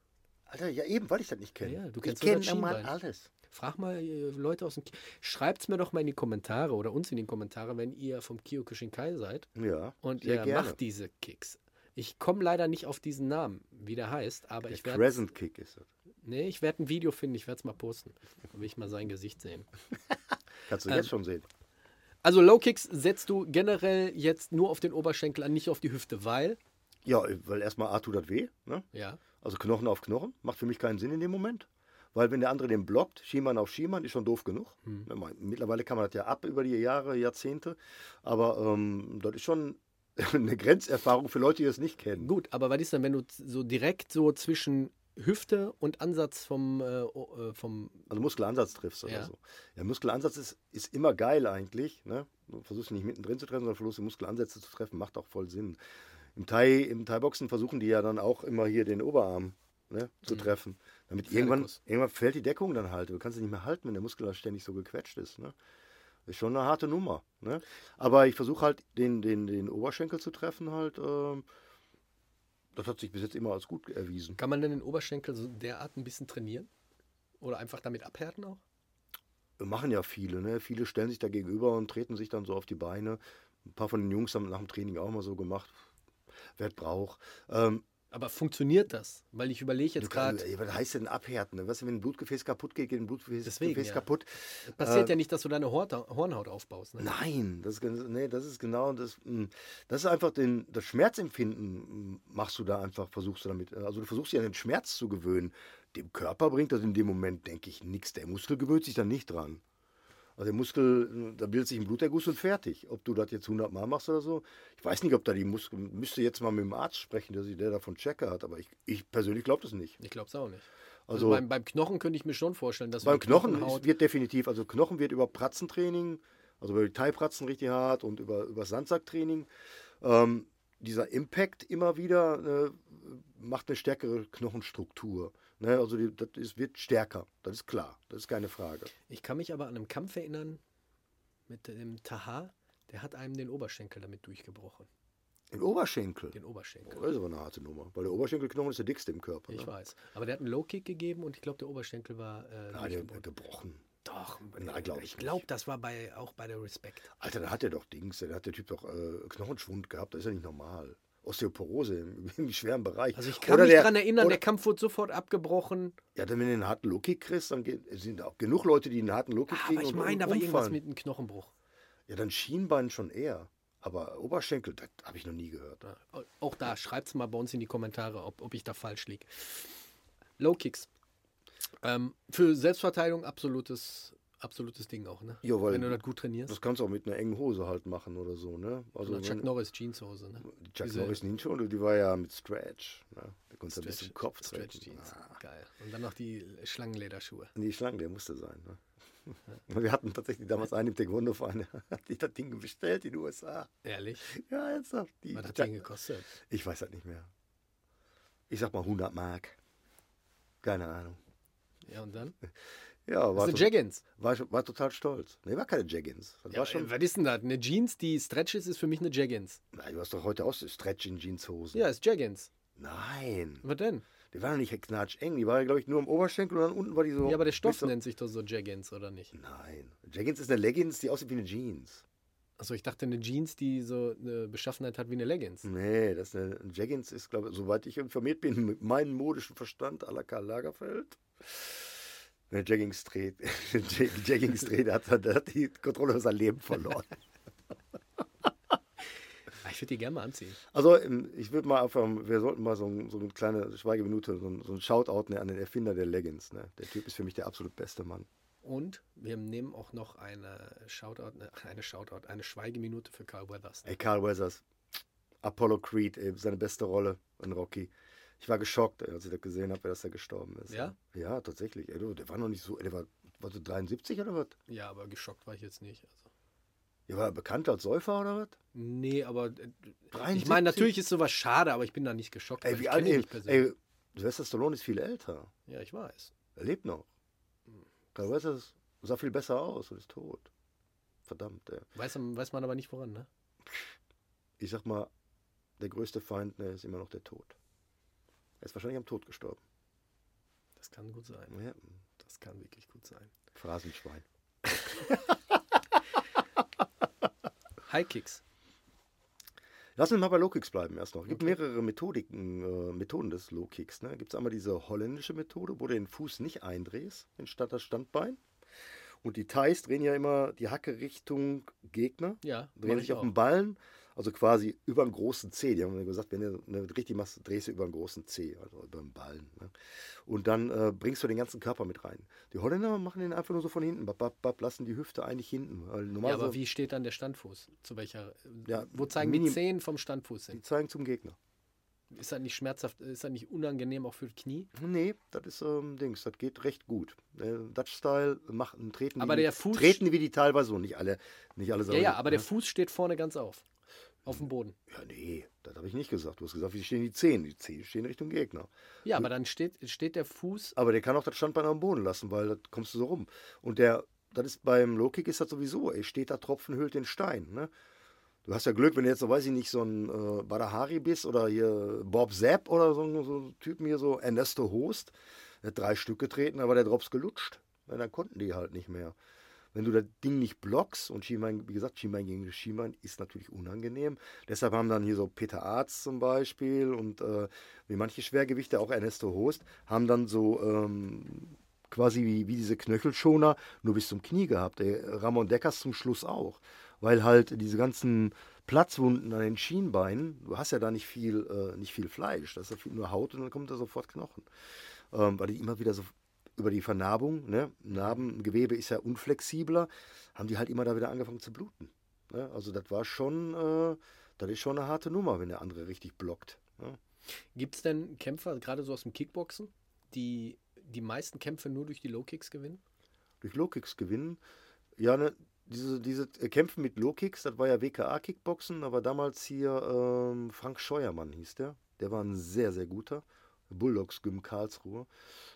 Speaker 3: Alter, ja eben, weil ich das nicht kenne.
Speaker 4: Ja, ja, du kennst
Speaker 3: ich
Speaker 4: nur das
Speaker 3: kenne mal
Speaker 4: Schienbein.
Speaker 3: alles.
Speaker 4: Frag mal äh, Leute aus dem Ki Schreibt's mir doch mal in die Kommentare oder uns in die Kommentare, wenn ihr vom Kyokushinkai seid
Speaker 3: Ja,
Speaker 4: und
Speaker 3: sehr
Speaker 4: ihr
Speaker 3: gerne.
Speaker 4: macht diese Kicks. Ich komme leider nicht auf diesen Namen, wie der heißt, aber
Speaker 3: Der
Speaker 4: ich werde
Speaker 3: Crescent Kick ist das.
Speaker 4: nee, ich werd ein Video finden, ich werde es mal posten. Da will ich mal sein Gesicht sehen.
Speaker 3: Kannst du
Speaker 4: Ähm.
Speaker 3: jetzt schon sehen.
Speaker 4: Also Low Kicks setzt du generell jetzt nur auf den Oberschenkel an, nicht auf die Hüfte, weil,
Speaker 3: Ja, weil erstmal A tut das weh, ne?
Speaker 4: ja,
Speaker 3: Also Knochen auf Knochen, macht für mich keinen Sinn in dem Moment. Weil wenn der andere den blockt, Schiemann auf Schiemann, ist schon doof genug. Ne, man- Mittlerweile kann man das ja ab über die Jahre, Jahrzehnte. Aber ähm, das ist schon *laughs* eine Grenzerfahrung für Leute, die das nicht kennen.
Speaker 4: gut, aber was ist denn, wenn du z- so direkt so zwischen Hüfte und Ansatz vom, äh, äh, vom
Speaker 3: Also Muskelansatz triffst oder
Speaker 4: Ja.
Speaker 3: so. Ja, Muskelansatz ist, ist immer geil eigentlich. Ne? Du versuchst nicht mittendrin zu treffen, sondern versuchst die Muskelansätze zu treffen, macht auch voll Sinn. Im Thai, im Thai-Boxen versuchen die ja dann auch immer hier den Oberarm ne, zu treffen. Damit irgendwann,
Speaker 4: Mhm. Pferdekuss.
Speaker 3: irgendwann fällt die Deckung dann halt. Du kannst sie nicht mehr halten, wenn der Muskel da ständig so gequetscht ist. Ne? Ist schon eine harte Nummer. Ne? Aber ich versuche halt, den, den, den Oberschenkel zu treffen halt. Ähm, das hat sich bis jetzt immer als gut erwiesen.
Speaker 4: Kann man denn den Oberschenkel so derart ein bisschen trainieren? Oder einfach damit abhärten auch?
Speaker 3: machen ja viele, ne? Viele stellen sich da gegenüber und treten sich dann so auf die Beine. Ein paar von den Jungs haben nach dem Training auch mal so gemacht. Wer braucht. Ähm,
Speaker 4: Aber funktioniert das? Weil ich überlege
Speaker 3: du
Speaker 4: jetzt
Speaker 3: kann-
Speaker 4: gerade,
Speaker 3: ey, was heißt denn abhärten? Ne? Weißt du, wenn ein Blutgefäß kaputt geht, geht ein Blutgefäß
Speaker 4: Deswegen,
Speaker 3: Gefäß
Speaker 4: ja.
Speaker 3: kaputt.
Speaker 4: passiert
Speaker 3: äh,
Speaker 4: ja nicht, dass du deine Horta- Hornhaut aufbaust. Ne?
Speaker 3: Nein, das, ist ganz- nee, das ist genau das. mm, Das ist einfach den, das Schmerzempfinden mm, machst du da einfach, versuchst du damit. Also du versuchst dich an den Schmerz zu gewöhnen. Dem Körper bringt das in dem Moment, denke ich, nichts. Der Muskel gewöhnt sich dann nicht dran. Also der Muskel, da bildet sich ein Bluterguss und fertig. Ob du das jetzt 100 Mal machst oder so, ich weiß nicht, ob da die Muskel, müsste jetzt mal mit dem Arzt sprechen, der, sich- der davon Checker hat, aber ich, ich persönlich glaube das nicht.
Speaker 4: Ich glaube es auch nicht. Also,
Speaker 3: Also,
Speaker 4: beim, beim Knochen könnte ich mir schon vorstellen, dass
Speaker 3: beim
Speaker 4: die
Speaker 3: Knochen
Speaker 4: Knochenhaut-
Speaker 3: ist, wird definitiv, also Knochen wird über Pratzentraining, also über die Teilpratzen richtig hart und über, über Sandsacktraining. Ähm, dieser Impact immer wieder äh, macht eine stärkere Knochenstruktur. Ne? Also die, das ist, wird stärker, das ist klar, das ist keine Frage.
Speaker 4: Ich kann mich aber an einen Kampf erinnern mit dem Taha, der hat einem den Oberschenkel damit durchgebrochen.
Speaker 3: Im Oberschenkel,
Speaker 4: Den Oberschenkel.
Speaker 3: das ist aber eine harte Nummer, weil der Oberschenkelknochen ist der dickste im Körper.
Speaker 4: Ich
Speaker 3: Ne?
Speaker 4: weiß. Aber der hat einen Low-Kick gegeben und ich glaube, der Oberschenkel war äh,
Speaker 3: Ah, der, der
Speaker 4: durchgebrochen.
Speaker 3: gebrochen.
Speaker 4: Doch,
Speaker 3: Nein, glaub ich
Speaker 4: ich glaube, das war bei, auch bei der Respect.
Speaker 3: Alter, da hat der doch Dings, da hat der Typ doch äh, Knochenschwund gehabt, das ist ja nicht normal. Osteoporose im, *laughs* im schweren Bereich.
Speaker 4: Also ich kann
Speaker 3: Oder
Speaker 4: mich
Speaker 3: der-
Speaker 4: daran erinnern,
Speaker 3: oder-
Speaker 4: der Kampf wurde sofort abgebrochen.
Speaker 3: Ja, dann wenn du einen harten Low-Kick kriegst, dann geht- sind auch genug Leute, die einen harten Low-Kick kriegen
Speaker 4: Ah, Aber ich
Speaker 3: und um
Speaker 4: meine, da war
Speaker 3: umfallen.
Speaker 4: irgendwas mit einem Knochenbruch.
Speaker 3: Ja, dann Schienbein schon eher. Aber Oberschenkel, das habe ich noch nie gehört.
Speaker 4: Ja. Auch da, schreibt es mal bei uns in die Kommentare, ob, ob ich da falsch liege. Low-Kicks. Ähm, für Selbstverteidigung absolutes, absolutes Ding auch, ne?
Speaker 3: Ja, weil-
Speaker 4: Wenn du das gut trainierst.
Speaker 3: Das kannst du auch mit einer engen Hose halt machen oder so, ne? Also
Speaker 4: Oder Chuck
Speaker 3: wenn-
Speaker 4: Norris Jeanshose, ne?
Speaker 3: die Chuck
Speaker 4: diese-
Speaker 3: Norris Ninja, und die war ja mit Stretch. Ne? Da konntest du bis zum
Speaker 4: Stretch-
Speaker 3: Kopf
Speaker 4: Stretch
Speaker 3: treten.
Speaker 4: Jeans.
Speaker 3: Ah,
Speaker 4: Geil. Und dann noch die Schlangenlederschuhe.
Speaker 3: nee, Schlangen, der musste sein. Ne? *laughs* Und Wir hatten tatsächlich damals einen im Taekwondo-Verein, der *laughs* hat sich das Ding bestellt in den USA.
Speaker 4: Ehrlich?
Speaker 3: *laughs* Ja, ernsthaft. Die
Speaker 4: Was hat
Speaker 3: Chuck-
Speaker 4: den gekostet?
Speaker 3: Ich weiß das nicht mehr. Ich sag mal 100 Mark. Keine Ahnung.
Speaker 4: Ja, und dann?
Speaker 3: Ja,
Speaker 4: Das
Speaker 3: war,
Speaker 4: sind
Speaker 3: to
Speaker 4: Jaggins.
Speaker 3: war, schon- war total stolz. Nee, war keine Jaggins. Das
Speaker 4: Ja,
Speaker 3: war schon,
Speaker 4: Was ist denn das? Eine Jeans, die Stretch ist, ist für mich eine Jaggins.
Speaker 3: nein, du hast doch heute auch so Stretch in Jeanshosen.
Speaker 4: Ja, ist Jaggins.
Speaker 3: Nein,
Speaker 4: Was denn?
Speaker 3: die waren doch nicht knatscheng. Die waren, glaube ich, nur am Oberschenkel und dann unten war die so.
Speaker 4: Ja, aber der Stoff
Speaker 3: so,
Speaker 4: nennt sich doch so Jaggins, oder nicht?
Speaker 3: Nein, Jaggins ist eine Leggings, die aussieht wie eine Jeans.
Speaker 4: Achso, ich dachte, eine Jeans, die so eine Beschaffenheit hat wie eine Leggings.
Speaker 3: Nee, das ist eine Jaggins ist, glaube ich, soweit ich informiert bin, mit meinem modischen Verstand à la Karl Lagerfeld. Wer Jaggings dreht, *laughs* Jag- Jaggings dreht hat, dann- der hat die Kontrolle über sein Leben verloren.
Speaker 4: Ah, ich würde die gerne mal anziehen.
Speaker 3: Also, ähm, ich würde mal einfach, wir sollten mal so, ein- so eine kleine Schweigeminute, so ein, so ein Shoutout ne, an den Erfinder der Leggings. Ne? Der Typ ist für mich der absolut beste Mann.
Speaker 4: Und wir nehmen auch noch eine Shoutout, ne, ach, eine Shoutout, eine Schweigeminute für Carl Weathers.
Speaker 3: Ey, Carl Weathers, Apollo Creed, ey, seine beste Rolle in Rocky. Ich war geschockt, ey, als ich das gesehen habe, dass er gestorben ist.
Speaker 4: Ja?
Speaker 3: Ja, tatsächlich. Ey, du, der war noch nicht so, ey, der war, war so 73 oder was?
Speaker 4: Ja, aber geschockt war ich jetzt nicht. Also.
Speaker 3: Der war bekannt als Säufer oder was?
Speaker 4: Nee, aber äh, ich
Speaker 3: 73?
Speaker 4: meine, natürlich ist sowas schade, aber ich bin da nicht geschockt. weil
Speaker 3: Ey, wie
Speaker 4: ich
Speaker 3: alt,
Speaker 4: kenn ihn
Speaker 3: ey,
Speaker 4: nicht persönlich.
Speaker 3: ey, Sylvester Stallone ist viel älter.
Speaker 4: Ja, ich weiß.
Speaker 3: Er lebt noch. Carl Weathers sah viel besser aus und ist tot. Verdammt, ey.
Speaker 4: Weiß, man- weiß man aber nicht woran, ne?
Speaker 3: ich sag mal, der größte Feind ne, ist immer noch der Tod. Er ist wahrscheinlich am Tod gestorben.
Speaker 4: Das kann gut sein.
Speaker 3: Ja,
Speaker 4: Das kann wirklich gut sein.
Speaker 3: Phrasenschwein.
Speaker 4: High Kicks.
Speaker 3: Lass uns mal bei Low-Kicks bleiben erst noch. Es gibt mehrere Methodiken, äh, Methoden des Low-Kicks. Ne? Gibt es einmal diese holländische Methode, wo du den Fuß nicht eindrehst, anstatt das Standbein. Und die Thais drehen ja immer die Hacke Richtung Gegner.
Speaker 4: Ja,
Speaker 3: drehen
Speaker 4: mach
Speaker 3: sich
Speaker 4: ich
Speaker 3: auf
Speaker 4: auch.
Speaker 3: den Ballen, also quasi über den großen C. Die haben mir gesagt, wenn du ne, richtig machst, drehst du über den großen C, also über den Ballen. Ne? Und dann äh, bringst du den ganzen Körper mit rein. Die Holländer machen den einfach nur so von hinten, bap, bap, bap, lassen die Hüfte eigentlich hinten. Weil
Speaker 4: Ja,
Speaker 3: normalerweise
Speaker 4: aber wie steht dann der Standfuß? Zu welcher?
Speaker 3: Ja,
Speaker 4: wo zeigen die
Speaker 3: minim-
Speaker 4: Zehen vom Standfuß
Speaker 3: die
Speaker 4: hin?
Speaker 3: zeigen zum Gegner.
Speaker 4: Ist das nicht schmerzhaft, ist das nicht unangenehm auch für das Knie?
Speaker 3: Nee, das ist ähm, Dings, das geht recht gut. Äh, Dutch Style machen, treten,
Speaker 4: Aber
Speaker 3: die,
Speaker 4: der Fuß-
Speaker 3: treten wie die teilweise so, nicht alle, nicht alle ne?
Speaker 4: Ja, ja, aber der Fuß steht vorne ganz auf. Auf dem Boden.
Speaker 3: Ja, nee, das habe ich nicht gesagt. Du hast gesagt, wie stehen die Zehen? Die Zehen stehen Richtung Gegner.
Speaker 4: Ja, aber dann steht, steht der Fuß.
Speaker 3: Aber der kann auch das Standbein am Boden lassen, weil da kommst du so rum. Und der, das ist beim Low-Kick ist das sowieso, ey, steht da Tropfen, hüllt den Stein. Ne? Du hast ja Glück, wenn du jetzt, so weiß ich nicht, so ein äh, Badahari bist oder hier Bob Zapp oder so, ein- so ein Typen hier, so Ernesto Host, der hat drei Stück getreten, aber der Drops gelutscht. Ja, dann konnten die halt nicht mehr. Wenn du das Ding nicht blockst und Schiemann, wie gesagt, Schiemann gegen Schiemann ist natürlich unangenehm. Deshalb haben dann hier so Peter Arz zum Beispiel und äh, wie manche Schwergewichte, auch Ernesto Host, haben dann so ähm, quasi wie, wie diese Knöchelschoner nur bis zum Knie gehabt. Ey. Ramon Deckers zum Schluss auch, weil halt diese ganzen Platzwunden an den Schienbeinen, du hast ja da nicht viel, äh, nicht viel Fleisch, das ist ja viel, nur Haut und dann kommt da sofort Knochen. Ähm, weil die immer wieder so über die Vernarbung, ne? Narbengewebe ist ja unflexibler, haben die halt immer da wieder angefangen zu bluten. Ne? Also das war schon, äh, das ist schon eine harte Nummer, wenn der andere richtig blockt. Ne?
Speaker 4: Gibt es denn Kämpfer, gerade so aus dem Kickboxen, die die meisten Kämpfe nur durch die Low-Kicks gewinnen?
Speaker 3: Durch Low-Kicks gewinnen. Ja, ne, diese, diese äh, Kämpfen mit Low-Kicks, das war ja WKA-Kickboxen, aber damals hier ähm, Frank Scheuermann hieß der. Der war ein sehr, sehr guter. Bulldogs Gym Karlsruhe.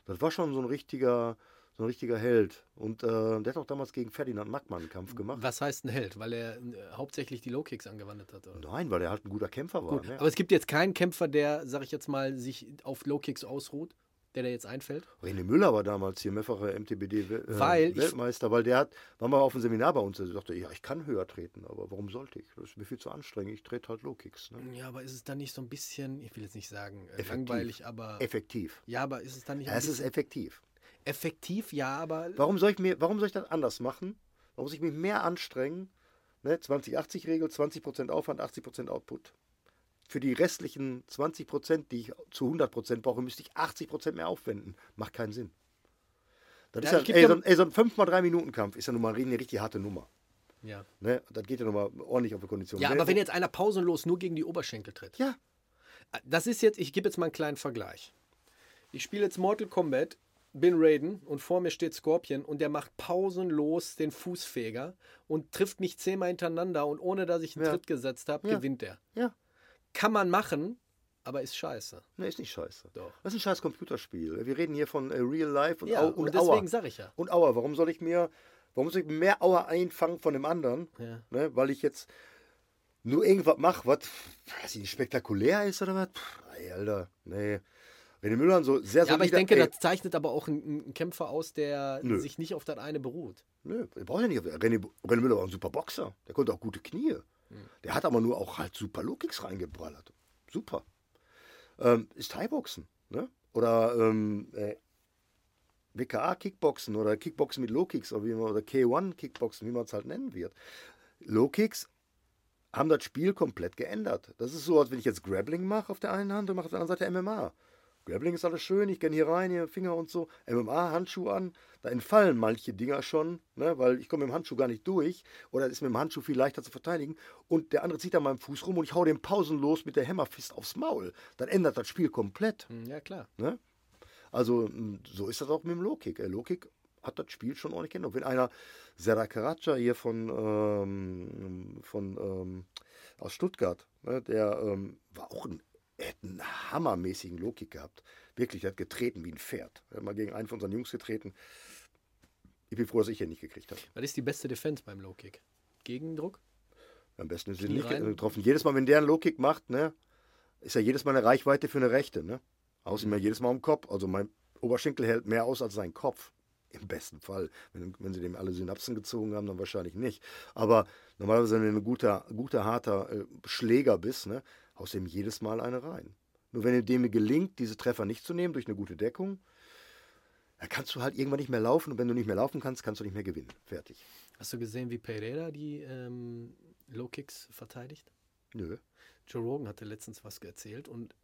Speaker 3: Das war schon so ein richtiger, so ein richtiger Held. Und äh, der hat auch damals gegen Ferdinand Mackmann einen Kampf gemacht.
Speaker 4: Was heißt ein Held? Weil er äh, hauptsächlich die Low-Kicks angewandt hat. Oder?
Speaker 3: Nein, weil er halt ein guter Kämpfer war.
Speaker 4: Gut,
Speaker 3: ne?
Speaker 4: aber es gibt jetzt keinen Kämpfer, der, sag ich jetzt mal, sich auf Low-Kicks ausruht, der da jetzt einfällt.
Speaker 3: René Müller war damals hier mehrfacher
Speaker 4: Weil ich-
Speaker 3: MTBD-Weltmeister, äh, weil der hat, war mal auf dem Seminar bei uns, der sagte, ja, ich kann höher treten, aber warum sollte ich? Das ist mir viel zu anstrengend, ich trete halt Low-Kicks. Ne?
Speaker 4: Ähm, Ja, aber ist es dann nicht so ein bisschen, ich will jetzt nicht sagen, äh,
Speaker 3: Effektiv.
Speaker 4: langweilig, aber.
Speaker 3: Effektiv.
Speaker 4: ja, aber ist es dann nicht
Speaker 3: Ja,
Speaker 4: ein
Speaker 3: es ist
Speaker 4: bisschen
Speaker 3: effektiv.
Speaker 4: effektiv? Ja, aber.
Speaker 3: Warum soll, ich mir, warum soll ich das anders machen? Warum muss ich mich mehr anstrengen? Ne? 20-80-Regel, 20% Aufwand, 80% Output. Für die restlichen 20%, die ich zu 100% brauche, müsste ich 80% mehr aufwenden. Macht keinen Sinn. Das
Speaker 4: Ja,
Speaker 3: ist
Speaker 4: ich
Speaker 3: ja,
Speaker 4: geb
Speaker 3: ey,
Speaker 4: dir-
Speaker 3: so, ein- ey, so ein 5x3-Minuten-Kampf ist ja nun mal eine richtig harte Nummer.
Speaker 4: Ja,
Speaker 3: Ne? Das geht ja nun mal ordentlich auf die Kondition.
Speaker 4: ja aber wenn jetzt einer pausenlos nur gegen die Oberschenkel tritt.
Speaker 3: Ja,
Speaker 4: Das ist jetzt, ich gebe jetzt mal einen kleinen Vergleich. Ich spiele jetzt Mortal Kombat, bin Raiden und vor mir steht Scorpion und der macht pausenlos den Fußfeger und trifft mich zehnmal hintereinander und ohne dass ich einen
Speaker 3: Ja.
Speaker 4: Tritt gesetzt habe,
Speaker 3: Ja.
Speaker 4: gewinnt er.
Speaker 3: ja.
Speaker 4: Kann man machen, aber ist scheiße.
Speaker 3: Ne, ist nicht scheiße.
Speaker 4: Doch.
Speaker 3: Das ist ein scheiß Computerspiel. Wir reden hier von äh, Real Life und,
Speaker 4: Ja,
Speaker 3: Au
Speaker 4: und,
Speaker 3: und, Auer.
Speaker 4: deswegen sage ich ja.
Speaker 3: Und Auer, warum soll ich mir, warum soll ich mehr Auer einfangen von dem anderen?
Speaker 4: Ja.
Speaker 3: Ne? Weil ich jetzt nur irgendwas mache, was weiß ich, nicht, spektakulär ist oder was? Pff, ey, Alter, nee. René Müller so sehr
Speaker 4: ja, aber ich
Speaker 3: solider-
Speaker 4: denke,
Speaker 3: Also ey,
Speaker 4: das zeichnet aber auch einen einen Kämpfer aus, der
Speaker 3: Nö.
Speaker 4: sich nicht auf das eine beruht.
Speaker 3: Nö, der braucht ja nicht. René, René Müller war ein super Boxer. Der konnte auch gute Knie. Der hat aber nur auch halt super Low-Kicks reingeballert. Super. Ähm, ist Thai-Boxen. Ne? Oder ähm, äh, WKA-Kickboxen oder Kickboxen mit Low-Kicks oder, wie man- oder K1-Kickboxen, wie man es halt nennen wird. Low-Kicks haben das Spiel komplett geändert. Das ist so, als wenn ich jetzt Grappling mache auf der einen Hand und mache auf der anderen Seite MMA. Grappling ist alles schön, ich gern hier rein, hier Finger und so. MMA, Handschuh an, da entfallen manche Dinger schon, ne, weil ich komme mit dem Handschuh gar nicht durch oder es ist mit dem Handschuh viel leichter zu verteidigen und der andere zieht an meinem Fuß rum und ich hau dem pausenlos mit der Hammerfist aufs Maul. Dann ändert das Spiel komplett.
Speaker 4: Hm, Ja, klar.
Speaker 3: Ne? Also m, so ist das auch mit dem Low-Kick. Äh, Low-Kick hat das Spiel schon ordentlich geändert. Wenn einer Serdar Karaca hier von, ähm, von ähm, aus Stuttgart, ne, der ähm, war auch ein, er hat einen hammermäßigen Low-Kick gehabt. Wirklich, der hat getreten wie ein Pferd. Er hat mal gegen einen von unseren Jungs getreten. Ich bin froh, dass ich ihn nicht gekriegt habe.
Speaker 4: Was ist die beste Defense beim Low-Kick? Gegendruck?
Speaker 3: Am besten ist er
Speaker 4: Knie
Speaker 3: nicht
Speaker 4: rein.
Speaker 3: getroffen. Jedes Mal, wenn der einen Low-Kick macht, ne, ist ja jedes Mal eine Reichweite für eine Rechte. Ne? Außer mir jedes Mal am Kopf. Also mein Oberschenkel hält mehr aus als sein Kopf. Im besten Fall. Wenn, wenn sie dem alle Synapsen gezogen haben, dann wahrscheinlich nicht. Aber normalerweise, wenn du ein guter, guter harter äh, Schläger bist, ne, haust du ihm jedes Mal eine rein. Nur wenn dem gelingt, diese Treffer nicht zu nehmen durch eine gute Deckung, dann kannst du halt irgendwann nicht mehr laufen. Und wenn du nicht mehr laufen kannst, kannst du nicht mehr gewinnen. Fertig.
Speaker 4: Hast du gesehen, wie Pereira die ähm, Low-Kicks verteidigt?
Speaker 3: Nö.
Speaker 4: Joe Rogan hatte letztens was erzählt und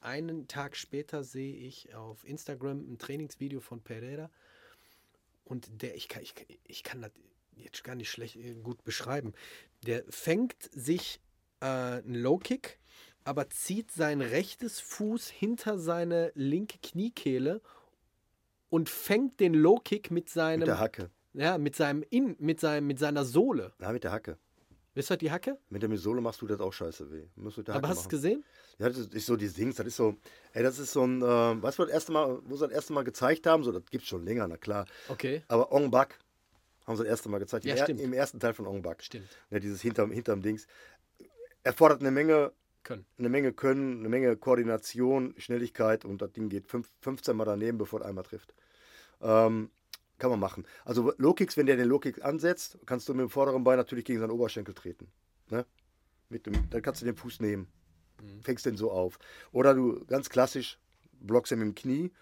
Speaker 4: einen Tag später sehe ich auf Instagram ein Trainingsvideo von Pereira und der, ich kann, ich, kann- ich kann das jetzt gar nicht schlecht äh, gut beschreiben, der fängt sich äh, einen Low-Kick aber zieht sein rechtes Fuß hinter seine linke Kniekehle und fängt den Low-Kick mit
Speaker 3: Mit
Speaker 4: seinem,
Speaker 3: der Hacke.
Speaker 4: ja, mit seinem In, mit seinem, mit seiner Sohle.
Speaker 3: Na, mit der Hacke.
Speaker 4: Wisst ihr die Hacke?
Speaker 3: Mit der Misole machst du das auch scheiße weh. Musst du mit der
Speaker 4: aber
Speaker 3: Hacke
Speaker 4: hast du es
Speaker 3: machen.
Speaker 4: gesehen?
Speaker 3: Ja, das ist so die Dings, das ist so, ey, das ist so ein, äh, weißt du, das erste Mal, wo sie das erste Mal gezeigt haben, so, das gibt's schon länger, na klar.
Speaker 4: Okay.
Speaker 3: Aber Ong Bak haben sie das erste Mal gezeigt,
Speaker 4: Ja,
Speaker 3: im, er,
Speaker 4: stimmt.
Speaker 3: im ersten Teil von Ong Bak.
Speaker 4: Stimmt.
Speaker 3: Ja, dieses hinterm, hinterm Dings. Erfordert eine Menge,
Speaker 4: Können.
Speaker 3: eine Menge Können, eine Menge Koordination, Schnelligkeit und das Ding geht fünf, 15 Mal daneben, bevor es einmal trifft. Ähm, kann man machen. Also Low-Kicks, wenn der den Low-Kick ansetzt, kannst du mit dem vorderen Bein natürlich gegen seinen Oberschenkel treten. Ne? Mit dem, dann kannst du den Fuß nehmen.
Speaker 4: Mhm.
Speaker 3: Fängst den so auf. Oder du ganz klassisch blockst ihn mit dem Knie.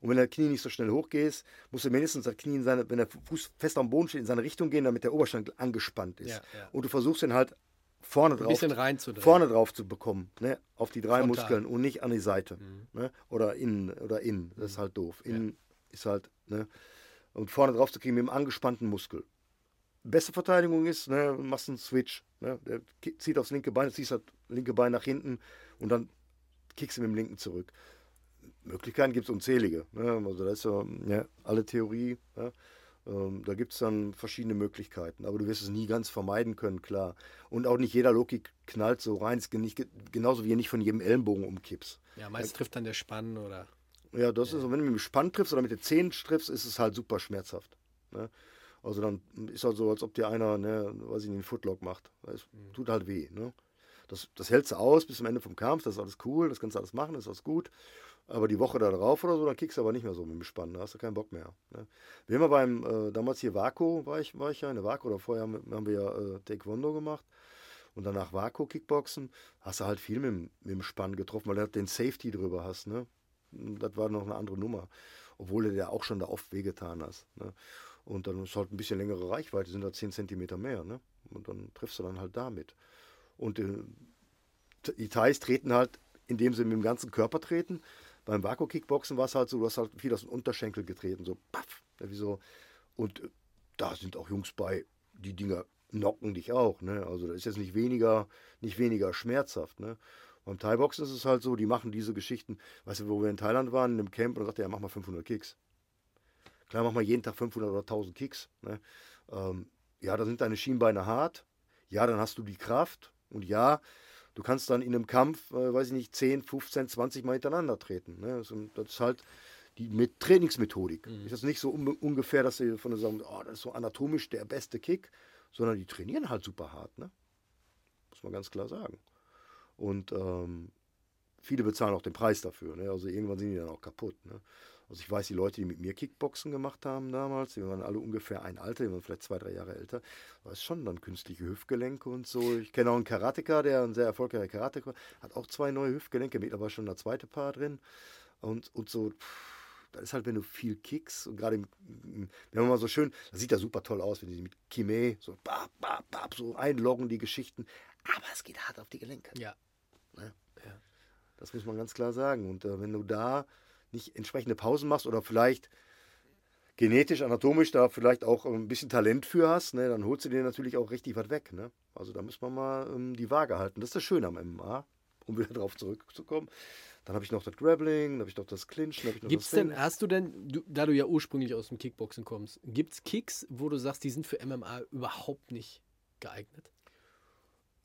Speaker 3: Und wenn der Knie nicht so schnell hochgehst, musst du mindestens das Knie in seine, wenn der Fuß fest am Boden steht, in seine Richtung gehen, damit der Oberschenkel angespannt ist.
Speaker 4: Ja, ja.
Speaker 3: Und du versuchst ihn halt vorne
Speaker 4: Ein
Speaker 3: drauf
Speaker 4: bisschen reinzudrehen.
Speaker 3: vorne drauf zu bekommen, ne? auf die drei
Speaker 4: Frontal.
Speaker 3: Muskeln und nicht an die Seite.
Speaker 4: Mhm.
Speaker 3: Ne? Oder innen, oder innen, das ist halt doof. Innen ist halt, ne? und vorne drauf zu kriegen mit dem angespannten Muskel. Beste Verteidigung ist, ne, du machst einen Switch. Ne? Der ki- zieht aufs linke Bein, ziehst das linke Bein nach hinten und dann kickst du mit dem linken zurück. Möglichkeiten gibt es unzählige. Ne? Also da ist ja, ja alle Theorie. Ne? Ähm, da gibt es dann verschiedene Möglichkeiten. Aber du wirst es nie ganz vermeiden können, klar. Und auch nicht jeder Loki knallt so rein. Es geht nicht, genauso wie ihr nicht von jedem Ellenbogen umkippst.
Speaker 4: Ja, meist trifft dann der Spann oder.
Speaker 3: Ja, das ist, so, wenn du mit dem Spann triffst oder mit den Zehen triffst, ist es halt super schmerzhaft. Ne? Also dann ist halt so, als ob dir einer, ne, weiß ich nicht, einen Footlock macht. Es tut halt weh. Ne? Das, das hältst du aus bis zum Ende vom Kampf, das ist alles cool, das kannst du alles machen, das ist alles gut. Aber die Woche darauf oder so, dann kickst du aber nicht mehr so mit dem Spann, da hast du keinen Bock mehr. Ne? Wir haben ja beim, äh, damals hier Vaku, war ich, war ich ja in der Vaku, oder vorher haben, haben wir ja äh, Taekwondo gemacht und danach Vaku Kickboxen, hast du halt viel mit, dem- mit dem Spann getroffen, weil du halt den Safety drüber hast. Ne? Das war noch eine andere Nummer, obwohl du dir auch schon da oft wehgetan hast. Ne? Und dann ist halt ein bisschen längere Reichweite, sind da 10 Zentimeter mehr. Ne? Und dann triffst du dann halt damit. Und äh, die Thais treten halt, indem sie mit dem ganzen Körper treten. Beim Vaku-Kickboxen war es halt so, du hast halt viel aus dem Unterschenkel getreten, so paff, ja, wie so. Und äh, da sind auch Jungs bei, die Dinger knocken dich auch, ne? Also das ist jetzt nicht weniger, nicht weniger schmerzhaft, ne? Beim Thai-Boxen ist es halt so, die machen diese Geschichten, weißt du, wo wir in Thailand waren, in einem Camp, und da sagt er, ja, mach mal 500 Kicks. Klar, mach mal jeden Tag 500 oder 1000 Kicks, ne? Ähm, ja, da sind deine Schienbeine hart, ja, dann hast du die Kraft und ja, du kannst dann in einem Kampf, äh, weiß ich nicht, 10, 15, 20 Mal hintereinander treten. Ne? Das, ist- das ist halt die mit Trainingsmethodik. Ist das nicht so un ungefähr, dass sie von der sagen, oh, das ist so anatomisch der beste Kick, sondern die trainieren halt super hart. Ne? Muss man ganz klar sagen. Und ähm, viele bezahlen auch den Preis dafür. Ne? Also irgendwann sind die dann auch kaputt. Ne? Also ich weiß, die Leute, die mit mir Kickboxen gemacht haben damals, die waren alle ungefähr ein Alter, die waren vielleicht zwei, drei Jahre älter, da ist schon dann künstliche Hüftgelenke und so. Ich kenne auch einen Karateka, der ein sehr erfolgreicher Karateka, hat auch zwei neue Hüftgelenke, mittlerweile schon der zweite Paar drin. Und, und so, pff, das ist halt, wenn du viel kickst und gerade, im- im- wenn man mal so schön, das sieht ja super toll aus, wenn die mit Kime so, bap, bap, bap, so einloggen, die Geschichten. Aber es geht hart auf die Gelenke.
Speaker 4: Ja.
Speaker 3: Das muss man ganz klar sagen. Und äh, wenn du da nicht entsprechende Pausen machst oder vielleicht genetisch, anatomisch da vielleicht auch ähm, ein bisschen Talent für hast, ne, dann holst du dir natürlich auch richtig was weg. Ne? Also da muss man mal ähm, die Waage halten. Das ist das Schöne am MMA, um wieder *laughs* drauf zurückzukommen. Dann habe ich noch das Grappling, dann habe ich noch das Clinchen, habe ich noch
Speaker 4: Gibt's
Speaker 3: das
Speaker 4: denn, hast du denn, du, da du ja ursprünglich aus dem Kickboxen kommst, gibt's Kicks, wo du sagst, die sind für MMA überhaupt nicht geeignet?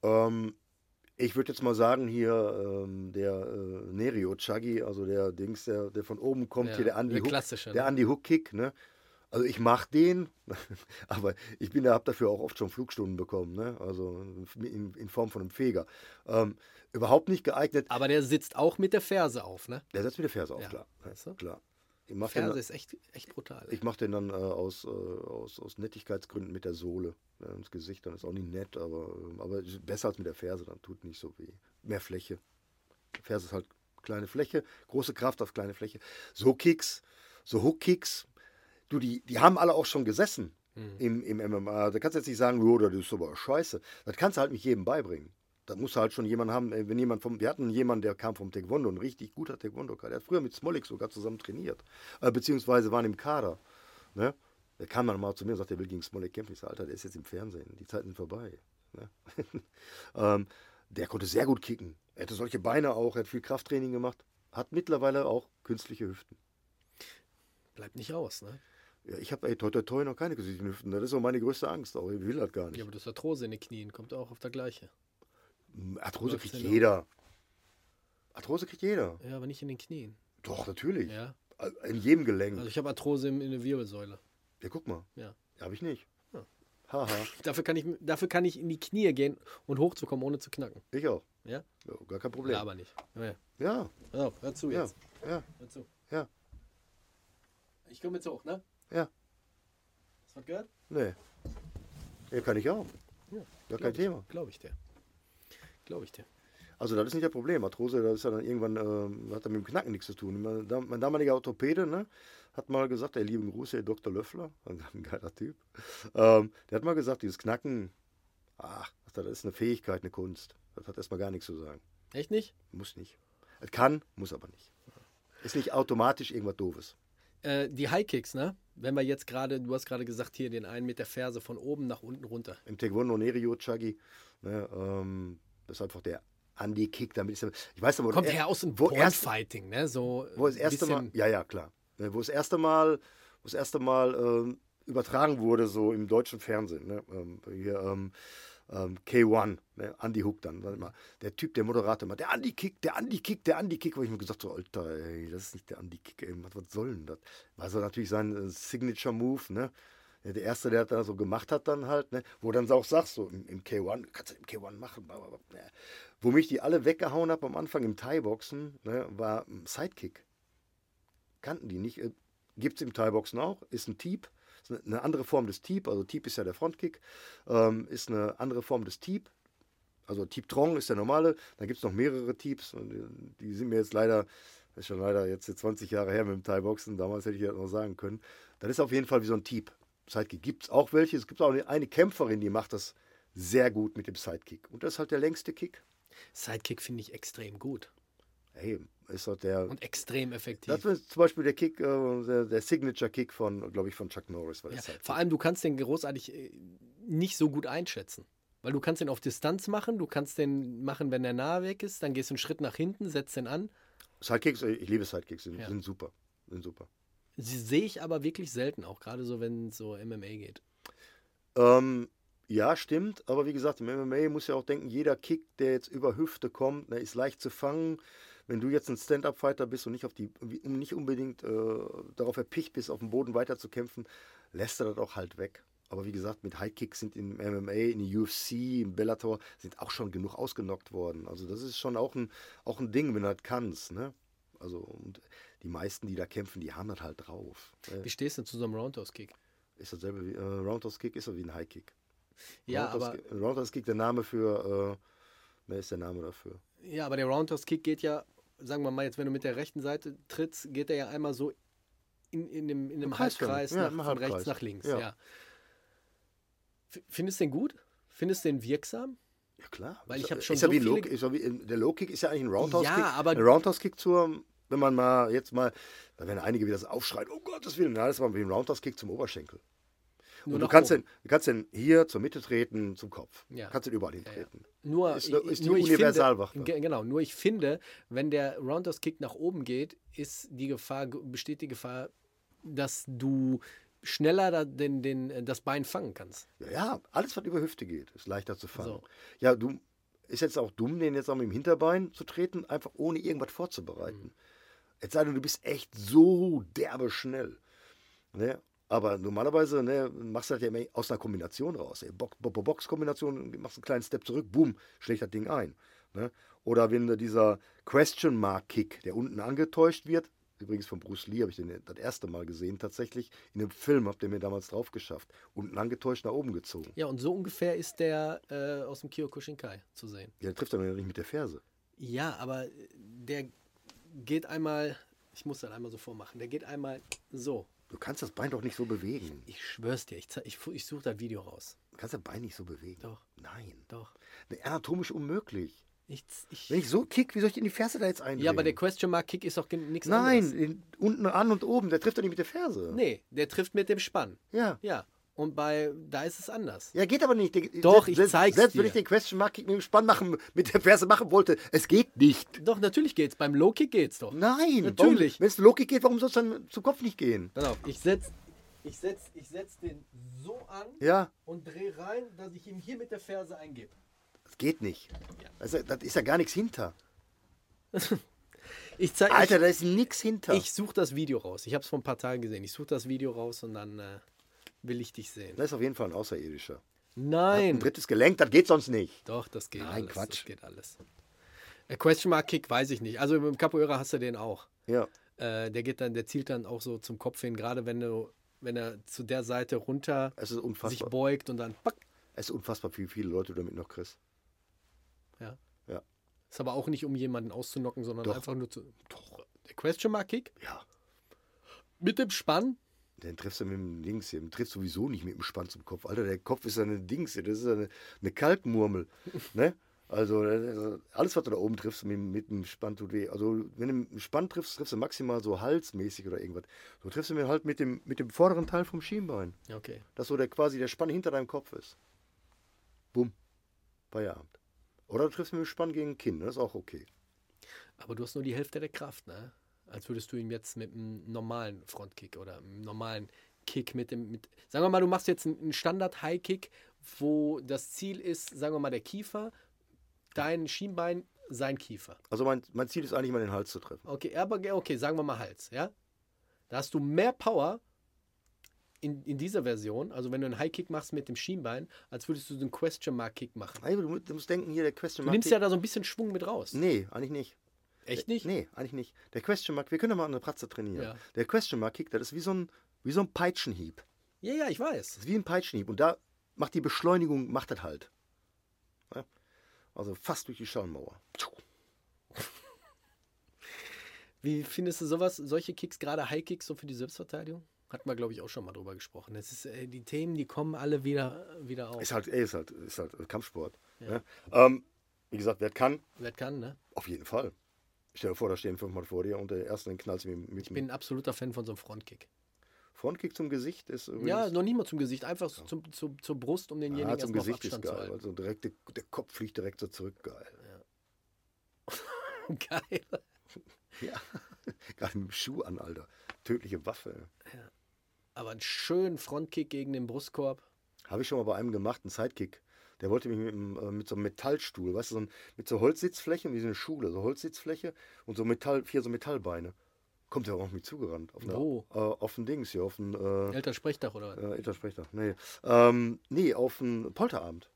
Speaker 3: Ähm, ich würde jetzt mal sagen, hier ähm, der äh, Nerio Chagi, also der Dings, der, der von oben kommt,
Speaker 4: Ja,
Speaker 3: hier der Andy
Speaker 4: der
Speaker 3: Hook,
Speaker 4: klassische,
Speaker 3: der
Speaker 4: ne?
Speaker 3: Andy Hook Kick, ne? Also ich mach den, *laughs* aber ich bin da, hab dafür auch oft schon Flugstunden bekommen, ne? Also in, in Form von einem Feger. Ähm, überhaupt nicht geeignet.
Speaker 4: Aber der sitzt auch mit der Ferse auf, ne?
Speaker 3: Der setzt mir die Ferse auf,
Speaker 4: Ja,
Speaker 3: klar. ne?
Speaker 4: weißt du?
Speaker 3: Klar. Ich mach den,
Speaker 4: Ferse ist echt, echt brutal.
Speaker 3: ich mache den dann äh, aus, äh, aus, aus Nettigkeitsgründen mit der Sohle ne, ins Gesicht. Dann ist auch nicht nett, aber, ähm, aber ist besser als mit der Ferse, dann tut nicht so weh. Mehr Fläche. Ferse ist halt kleine Fläche, große Kraft auf kleine Fläche. So Kicks, so Hook-Kicks, du, die, die haben alle auch schon gesessen im, im MMA. Da kannst du jetzt nicht sagen, oh, das ist aber scheiße. Das kannst du halt nicht jedem beibringen. Da muss halt schon jemand haben, äh, wenn jemand vom, wir hatten jemanden, der kam vom Taekwondo, ein richtig guter taekwondo der hat früher mit Smolik sogar zusammen trainiert, äh, beziehungsweise waren im Kader. Ne? Der kam dann mal zu mir und sagte, er will gegen Smolik kämpfen. Ich sage, Alter, der ist jetzt im Fernsehen, die Zeiten sind vorbei. Ne? *laughs* ähm, Der konnte sehr gut kicken. Er hatte solche Beine auch, er hat viel Krafttraining gemacht. Hat mittlerweile auch künstliche Hüften.
Speaker 4: Bleibt nicht aus, ne?
Speaker 3: Ja, ich habe, ey, toi, toi, toi, noch keine künstlichen Hüften. Das ist auch meine größte Angst, aber ich will das gar
Speaker 4: Ja,
Speaker 3: nicht.
Speaker 4: aber das Arthrose in den Knien kommt auch auf der gleiche.
Speaker 3: Hm, Arthrose
Speaker 4: läuft's
Speaker 3: kriegt
Speaker 4: denn
Speaker 3: jeder. Arthrose kriegt jeder.
Speaker 4: Ja, aber nicht in den Knien.
Speaker 3: Doch, natürlich. Äh,
Speaker 4: Ja.
Speaker 3: In jedem Gelenk.
Speaker 4: Also ich habe Arthrose in, in der Wirbelsäule.
Speaker 3: Ja, guck mal.
Speaker 4: Ja.
Speaker 3: Habe ich nicht.
Speaker 4: Ja.
Speaker 3: Haha,
Speaker 4: Dafür kann ich, dafür kann ich in die Knie gehen und hochzukommen, ohne zu knacken.
Speaker 3: ich auch.
Speaker 4: Ja?
Speaker 3: Ja, gar kein Problem.
Speaker 4: Ja,
Speaker 3: Ja,
Speaker 4: aber nicht. Ja,
Speaker 3: ja,
Speaker 4: Hör auf, hör zu
Speaker 3: ja,
Speaker 4: jetzt.
Speaker 3: ja,
Speaker 4: Hör zu.
Speaker 3: ja.
Speaker 4: Ich komme jetzt hoch, ne? Hast du was gehört?
Speaker 3: Nee. Ja, kann ich auch.
Speaker 4: Ja,
Speaker 3: Ja,
Speaker 4: glaub
Speaker 3: kein
Speaker 4: ich,
Speaker 3: Thema.
Speaker 4: Glaube ich dir. Glaube ich dir.
Speaker 3: Also das ist nicht das Problem. Arthrose, das ist ja dann irgendwann, ähm, hat dann mit dem Knacken nichts zu tun. Mein, dam- mein damaliger Orthopäde, ne, hat mal gesagt, der lieben Grüße, der Dr. Löffler, *laughs* ein geiler Typ, ähm, der hat mal gesagt, dieses Knacken, ach, sagt er, das ist eine Fähigkeit, eine Kunst. Das hat erstmal gar nichts zu sagen.
Speaker 4: Echt nicht?
Speaker 3: Muss nicht. Es kann, muss aber nicht. Ist nicht automatisch irgendwas Doofes.
Speaker 4: Äh, die Highkicks, ne? Wenn wir jetzt gerade, du hast gerade gesagt, hier den einen mit der Ferse von oben nach unten runter.
Speaker 3: Im Taekwondo Nerio Chagi, ne, ähm, das ist einfach der Anti-Kick, damit ist er, ich weiß aber,
Speaker 4: Kommt
Speaker 3: er-
Speaker 4: her aus dem
Speaker 3: wo erst,
Speaker 4: Born-Fighting, ne? So
Speaker 3: Wo das erste Mal,
Speaker 4: bisschen-
Speaker 3: ja, ja, klar. Ne, Wo das erste Mal, wo das erste Mal ähm, übertragen wurde, so im deutschen Fernsehen. Ne? Ähm, hier, ähm, ähm, K1, ne? Andy Hook dann. Warte mal. Der Typ, der Moderator immer, der Andy Kick, der Andy Kick, der Andy Kick. Wo ich mir gesagt so, Alter, ey, das ist nicht der Andy Kick, ey, was, was soll denn das? War so natürlich sein äh, Signature Move, ne? Ja, Der erste, der das so gemacht hat, dann halt, ne? wo dann auch sagst, so im, im K1, kannst du im K1 machen. bla, bla, bla, ne? Wo mich die alle weggehauen habe am Anfang im Thai-Boxen, ne? war ein Sidekick kannten die nicht. Gibt es im Thai-Boxen auch, ist ein Teep, ist eine- eine andere Form des Teep, also Teep ist ja der Frontkick, ähm, ist eine andere Form des Teep, also Teep Trong ist der normale, da gibt es noch mehrere Teeps und die- die sind mir jetzt leider, das ist schon leider jetzt 20 Jahre her mit dem Thai-Boxen, damals hätte ich das noch sagen können, das ist auf jeden Fall wie so ein Teep. Sidekick gibt es auch welche, es gibt auch eine- eine Kämpferin, die macht das sehr gut mit dem Sidekick und das ist halt der längste Kick.
Speaker 4: Sidekick finde ich extrem gut
Speaker 3: Hey, ist halt der
Speaker 4: und extrem
Speaker 3: das
Speaker 4: effektiv.
Speaker 3: war zum Beispiel der Kick, äh, der, der Signature-Kick von, glaube ich, von Chuck Norris. War
Speaker 4: Ja,
Speaker 3: das halt.
Speaker 4: vor allem, du kannst den großartig äh, nicht so gut einschätzen. Weil du kannst den auf Distanz machen, du kannst den machen, wenn der nahe weg ist, dann gehst du einen Schritt nach hinten, setzt den an.
Speaker 3: Sidekicks, äh, ich liebe Sidekicks, sind,
Speaker 4: Ja.
Speaker 3: sind super. Sind super.
Speaker 4: Sie sehe ich aber wirklich selten, auch gerade so, wenn es so MMA geht.
Speaker 3: Ähm, ja, stimmt, aber wie gesagt, im MMA muss ja auch denken, jeder Kick, der jetzt über Hüfte kommt, ne, ist leicht zu fangen. Wenn du jetzt ein Stand-Up-Fighter bist und nicht, auf die, wie- um- nicht unbedingt äh, darauf erpicht bist, auf dem Boden weiterzukämpfen, lässt er das auch halt weg. Aber wie gesagt, mit High-Kicks sind im MMA, in der UFC, im Bellator, sind auch schon genug ausgenockt worden. Also das ist schon auch ein, auch ein Ding, wenn du das kannst. Ne? Also und die meisten, die da kämpfen, die haben das halt drauf. Äh,
Speaker 4: Wie stehst du zu so einem Roundhouse-Kick?
Speaker 3: ist dasselbe wie äh, Roundhouse-Kick, ist so wie ein High-Kick.
Speaker 4: Ja,
Speaker 3: Roundhouse
Speaker 4: aber,
Speaker 3: Kick- Roundhouse Kick, der Name für. Äh, wer ist der Name dafür?
Speaker 4: ja, aber der Roundhouse-Kick geht ja, sagen wir mal jetzt, wenn du mit der rechten Seite trittst, geht er ja einmal so in, in dem, in dem
Speaker 3: Kreisform.
Speaker 4: Halbkreis
Speaker 3: Ja,
Speaker 4: nach,
Speaker 3: im
Speaker 4: von
Speaker 3: Halbkreis.
Speaker 4: rechts nach links. Ja.
Speaker 3: Ja.
Speaker 4: F- Findest du den gut? Findest du den wirksam?
Speaker 3: Ja, klar.
Speaker 4: Weil
Speaker 3: Ist
Speaker 4: ich
Speaker 3: ja-
Speaker 4: hab schon
Speaker 3: ist ja
Speaker 4: so
Speaker 3: wie ein Low,
Speaker 4: viele-
Speaker 3: ist ja wie, ein- Der Low Kick ist ja eigentlich ein Roundhouse Kick.
Speaker 4: Ja, aber-
Speaker 3: Ein Roundhouse Kick zur. Wenn man mal jetzt mal. Da werden einige wieder so aufschreien: Um Gottes Willen. Na, das war wie ein Roundhouse Kick zum Oberschenkel.
Speaker 4: Nur
Speaker 3: Und du
Speaker 4: nach
Speaker 3: kannst,
Speaker 4: oben.
Speaker 3: den, du kannst den hier zur Mitte treten, zum Kopf.
Speaker 4: Ja.
Speaker 3: Kannst den überall
Speaker 4: ja.
Speaker 3: hintreten.
Speaker 4: Nur,
Speaker 3: Ist ne-
Speaker 4: ich-
Speaker 3: ist die
Speaker 4: nur ich
Speaker 3: Universalwaffe.
Speaker 4: finde- ge- Genau, nur ich finde, wenn der Roundhouse-Kick nach oben geht, ist die Gefahr, besteht die Gefahr, dass du schneller da, den, den, äh, das Bein fangen kannst.
Speaker 3: Ja, ja, alles, was über Hüfte geht, ist leichter zu fangen.
Speaker 4: So.
Speaker 3: Ja, du ist jetzt auch dumm, den jetzt auch mit dem Hinterbein zu treten, einfach ohne irgendwas
Speaker 4: Mhm.
Speaker 3: vorzubereiten. Es sei denn, du bist echt so derbe schnell. Ne? Aber normalerweise ne, machst du das ja immer aus einer Kombination raus. Ey, Box- Bo- Bo- Box-Kombination, machst einen kleinen Step zurück, boom, schlägt das Ding ein. Ne? Oder wenn da dieser Question Mark Kick, der unten angetäuscht wird, übrigens von Bruce Lee habe ich den das erste Mal gesehen, tatsächlich in einem Film, habt ihr mir damals drauf geschafft. Unten angetäuscht, nach oben gezogen.
Speaker 4: Ja, und so ungefähr ist der äh, aus dem Kyokushinkai zu sehen.
Speaker 3: Ja, der trifft dann ja nicht mit der Ferse.
Speaker 4: Ja, aber der geht einmal, ich muss das einmal so vormachen, der geht einmal so.
Speaker 3: Du kannst das Bein doch nicht so bewegen.
Speaker 4: Ich schwör's dir, ich, zeig- ich, fu- ich suche das Video raus.
Speaker 3: Du kannst das Bein nicht so bewegen.
Speaker 4: Doch.
Speaker 3: Nein.
Speaker 4: Doch.
Speaker 3: Nee, Anatomisch unmöglich.
Speaker 4: Ich, z- ich,
Speaker 3: Wenn ich so kick, wie soll ich in die Ferse da jetzt einbringen?
Speaker 4: ja, aber der Question Mark Kick ist doch nichts
Speaker 3: Nein,
Speaker 4: anderes.
Speaker 3: in, unten an und oben, der trifft doch nicht mit der Ferse.
Speaker 4: Nee, der trifft mit dem Spann.
Speaker 3: Ja.
Speaker 4: Ja. und bei da ist es anders.
Speaker 3: Ja, geht aber nicht. Der-
Speaker 4: Doch,
Speaker 3: selbst-
Speaker 4: ich
Speaker 3: selbst,
Speaker 4: zeig's
Speaker 3: Selbst wenn
Speaker 4: dir.
Speaker 3: ich den Question Mark Kick mit dem Spann machen, mit der Ferse machen wollte, es geht nicht.
Speaker 4: Doch, natürlich geht's. Beim Low-Kick geht's doch.
Speaker 3: Nein,
Speaker 4: Natürlich.
Speaker 3: Wenn es Loki geht, warum soll es dann zum Kopf nicht gehen?
Speaker 4: Pass auf, ich setz, ich setz, ich setz den so an
Speaker 3: Ja,
Speaker 4: und drehe rein, dass ich ihm hier mit der Ferse eingebe.
Speaker 3: das geht nicht. Das, ist ja- das ist ja gar nichts hinter.
Speaker 4: Ich zeig,
Speaker 3: Alter, da ist nichts hinter.
Speaker 4: ich, ich suche das Video raus. Ich habe es vor ein paar Tagen gesehen. Ich suche das Video raus und dann äh, will ich dich sehen.
Speaker 3: das ist auf jeden Fall ein Außerirdischer. Ein
Speaker 4: Nein.
Speaker 3: drittes Gelenk, das geht sonst nicht.
Speaker 4: Doch, das geht
Speaker 3: Nein,
Speaker 4: alles.
Speaker 3: Quatsch.
Speaker 4: Das geht alles. Äh, Question Mark Kick weiß ich nicht. Also im Capoeira hast du den auch.
Speaker 3: Ja.
Speaker 4: Äh, der geht dann, der zielt dann auch so zum Kopf hin, gerade wenn du, wenn er zu der Seite runter
Speaker 3: Es ist
Speaker 4: sich
Speaker 3: unfassbar.
Speaker 4: beugt und dann pack.
Speaker 3: Es ist unfassbar, wie viele Leute du damit noch kriegst.
Speaker 4: Ja.
Speaker 3: Ja.
Speaker 4: Ist aber auch nicht, um jemanden auszunocken, sondern
Speaker 3: Doch.
Speaker 4: einfach nur zu. Doch. Der Question Mark Kick
Speaker 3: Ja.
Speaker 4: mit dem Spann.
Speaker 3: Den triffst du mit dem Dings hier. Den triffst du sowieso nicht mit dem Spann zum Kopf. Alter, der Kopf ist eine Dings hier. Das ist eine, eine
Speaker 4: *laughs*
Speaker 3: Kalkmurmel. ne? Also, das- alles, was du da oben triffst mit, mit dem Spann, tut weh. Also, wenn du mit dem Spann triffst, triffst du maximal so halsmäßig oder irgendwas. Du triffst ihn halt mit dem, mit dem vorderen Teil vom Schienbein.
Speaker 4: Ja, Okay.
Speaker 3: Dass so der quasi der Spann hinter deinem Kopf ist. Bumm. Feierabend. Oder du triffst mit dem Spann gegen den Kinn. Das ist auch okay.
Speaker 4: Aber du hast nur die Hälfte der Kraft, ne? Als würdest du ihm jetzt mit einem normalen Frontkick oder einem normalen Kick mit dem. Mit, sagen wir mal, du machst jetzt einen einen Standard-High-Kick, wo das Ziel ist, sagen wir mal, der Kiefer, dein Schienbein, sein Kiefer.
Speaker 3: Also, mein, mein Ziel ist eigentlich mal den Hals zu treffen.
Speaker 4: Okay, aber ge- okay, sagen wir mal Hals, ja? Da hast du mehr Power in, in dieser Version, also wenn du einen High-Kick machst mit dem Schienbein, als würdest du so einen Question-Mark-Kick machen.
Speaker 3: Ey, Du mu- du musst denken, hier der Question
Speaker 4: Du
Speaker 3: Mark
Speaker 4: nimmst
Speaker 3: Kick-
Speaker 4: ja da so ein bisschen Schwung mit raus.
Speaker 3: Nee, eigentlich nicht.
Speaker 4: Echt nicht?
Speaker 3: Nee, eigentlich nicht. Der Question Mark, wir können doch mal an der Pratze trainieren.
Speaker 4: Ja.
Speaker 3: Der Question Mark Kick, das ist wie so ein, wie so ein Peitschenhieb.
Speaker 4: Ja, ja, ich weiß.
Speaker 3: Das ist wie ein Peitschenhieb. Und da macht die Beschleunigung, macht das halt. Ja? Also fast durch die Schallmauer.
Speaker 4: Wie findest du sowas, solche Kicks, gerade High-Kicks, so für die Selbstverteidigung? Hatten wir, glaube ich, auch schon mal drüber gesprochen. Das ist, äh, die Themen, die kommen alle wieder, wieder auf.
Speaker 3: Ist halt, ey, ist halt, ist halt Kampfsport. ne? Ähm, wie gesagt, wer kann,
Speaker 4: Wer kann, ne?
Speaker 3: auf jeden Fall. Stell dir vor, da stehen fünfmal vor dir und der erste den knallt mit, mit
Speaker 4: Ich bin ein absoluter Fan von so einem Frontkick.
Speaker 3: Frontkick zum Gesicht ist übrigens.
Speaker 4: Ja, noch nicht mal zum Gesicht, einfach so zum, zum, zur Brust, um denjenigen
Speaker 3: ah,
Speaker 4: erstmal
Speaker 3: zum
Speaker 4: auf
Speaker 3: Gesicht ist
Speaker 4: Abstand zu
Speaker 3: geil.
Speaker 4: halten.
Speaker 3: Also direkt, der, der Kopf fliegt direkt so zurück. Geil.
Speaker 4: *laughs* Geil.
Speaker 3: *laughs* Ja, gerade mit dem Schuh an, Alter. Tödliche Waffe.
Speaker 4: Aber einen schönen Frontkick gegen den Brustkorb.
Speaker 3: Habe ich schon mal bei einem gemacht, einen Sidekick. Der wollte mich mit, einem, äh, mit so einem Metallstuhl, weißt du, so ein, mit so Holzsitzflächen, wie so eine Schule, so Holzsitzfläche und so Metall, vier so Metallbeine. Kommt der auch auf mich zugerannt. Auf, einer,
Speaker 4: Wo?
Speaker 3: äh, auf ein Dings hier, auf ein äh,
Speaker 4: Älter Sprechdach oder was?
Speaker 3: äh, Elternsprechtag. Nee. Ähm, nee, auf ein Polterabend.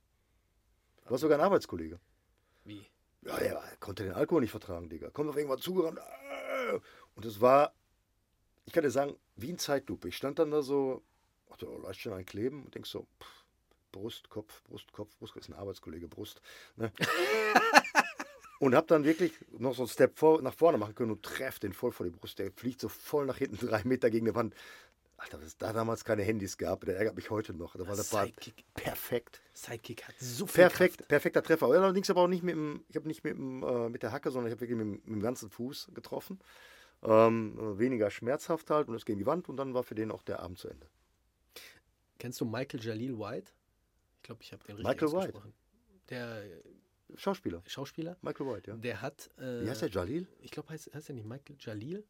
Speaker 3: War sogar ein Arbeitskollege.
Speaker 4: Wie?
Speaker 3: Ja, er konnte den Alkohol nicht vertragen, Digga. Kommt auf irgendwann zugerannt. äh, Und es war, ich kann dir sagen, wie ein Zeitlupe. Ich stand dann da so, hatte auch leicht schon ein Kleben und denk so, pff, Brust, Kopf, Brust, Kopf, Brust, ist ein Arbeitskollege, Brust. Ne? und hab dann wirklich noch so einen Step vor, nach vorne machen können und treff den voll vor die Brust. Der fliegt so voll nach hinten, *laughs* drei Meter gegen die Wand. Alter, dass es da damals keine Handys gab, der ärgert mich heute noch. Da war der Ball
Speaker 4: Sidekick.
Speaker 3: perfekt.
Speaker 4: Sidekick hat so viel
Speaker 3: Perfekt, perfekter Treffer. Aber Allerdings aber auch nicht mit dem, ich habe nicht mit, dem, äh, mit der Hacke, sondern ich habe wirklich mit dem, mit dem ganzen Fuß getroffen. Ähm, äh, weniger schmerzhaft halt und es gegen die Wand und dann war für den auch der Abend zu Ende.
Speaker 4: Kraft. Kennst du Michael Jalil White? Ich glaube, ich habe den richtig
Speaker 3: Michael White?
Speaker 4: ausgesprochen. Der äh,
Speaker 3: Schauspieler,
Speaker 4: Schauspieler,
Speaker 3: Michael White, ja.
Speaker 4: der hat... Äh,
Speaker 3: Wie heißt der, Jalil?
Speaker 4: Ich glaube, heißt, heißt er nicht Michael Jalil?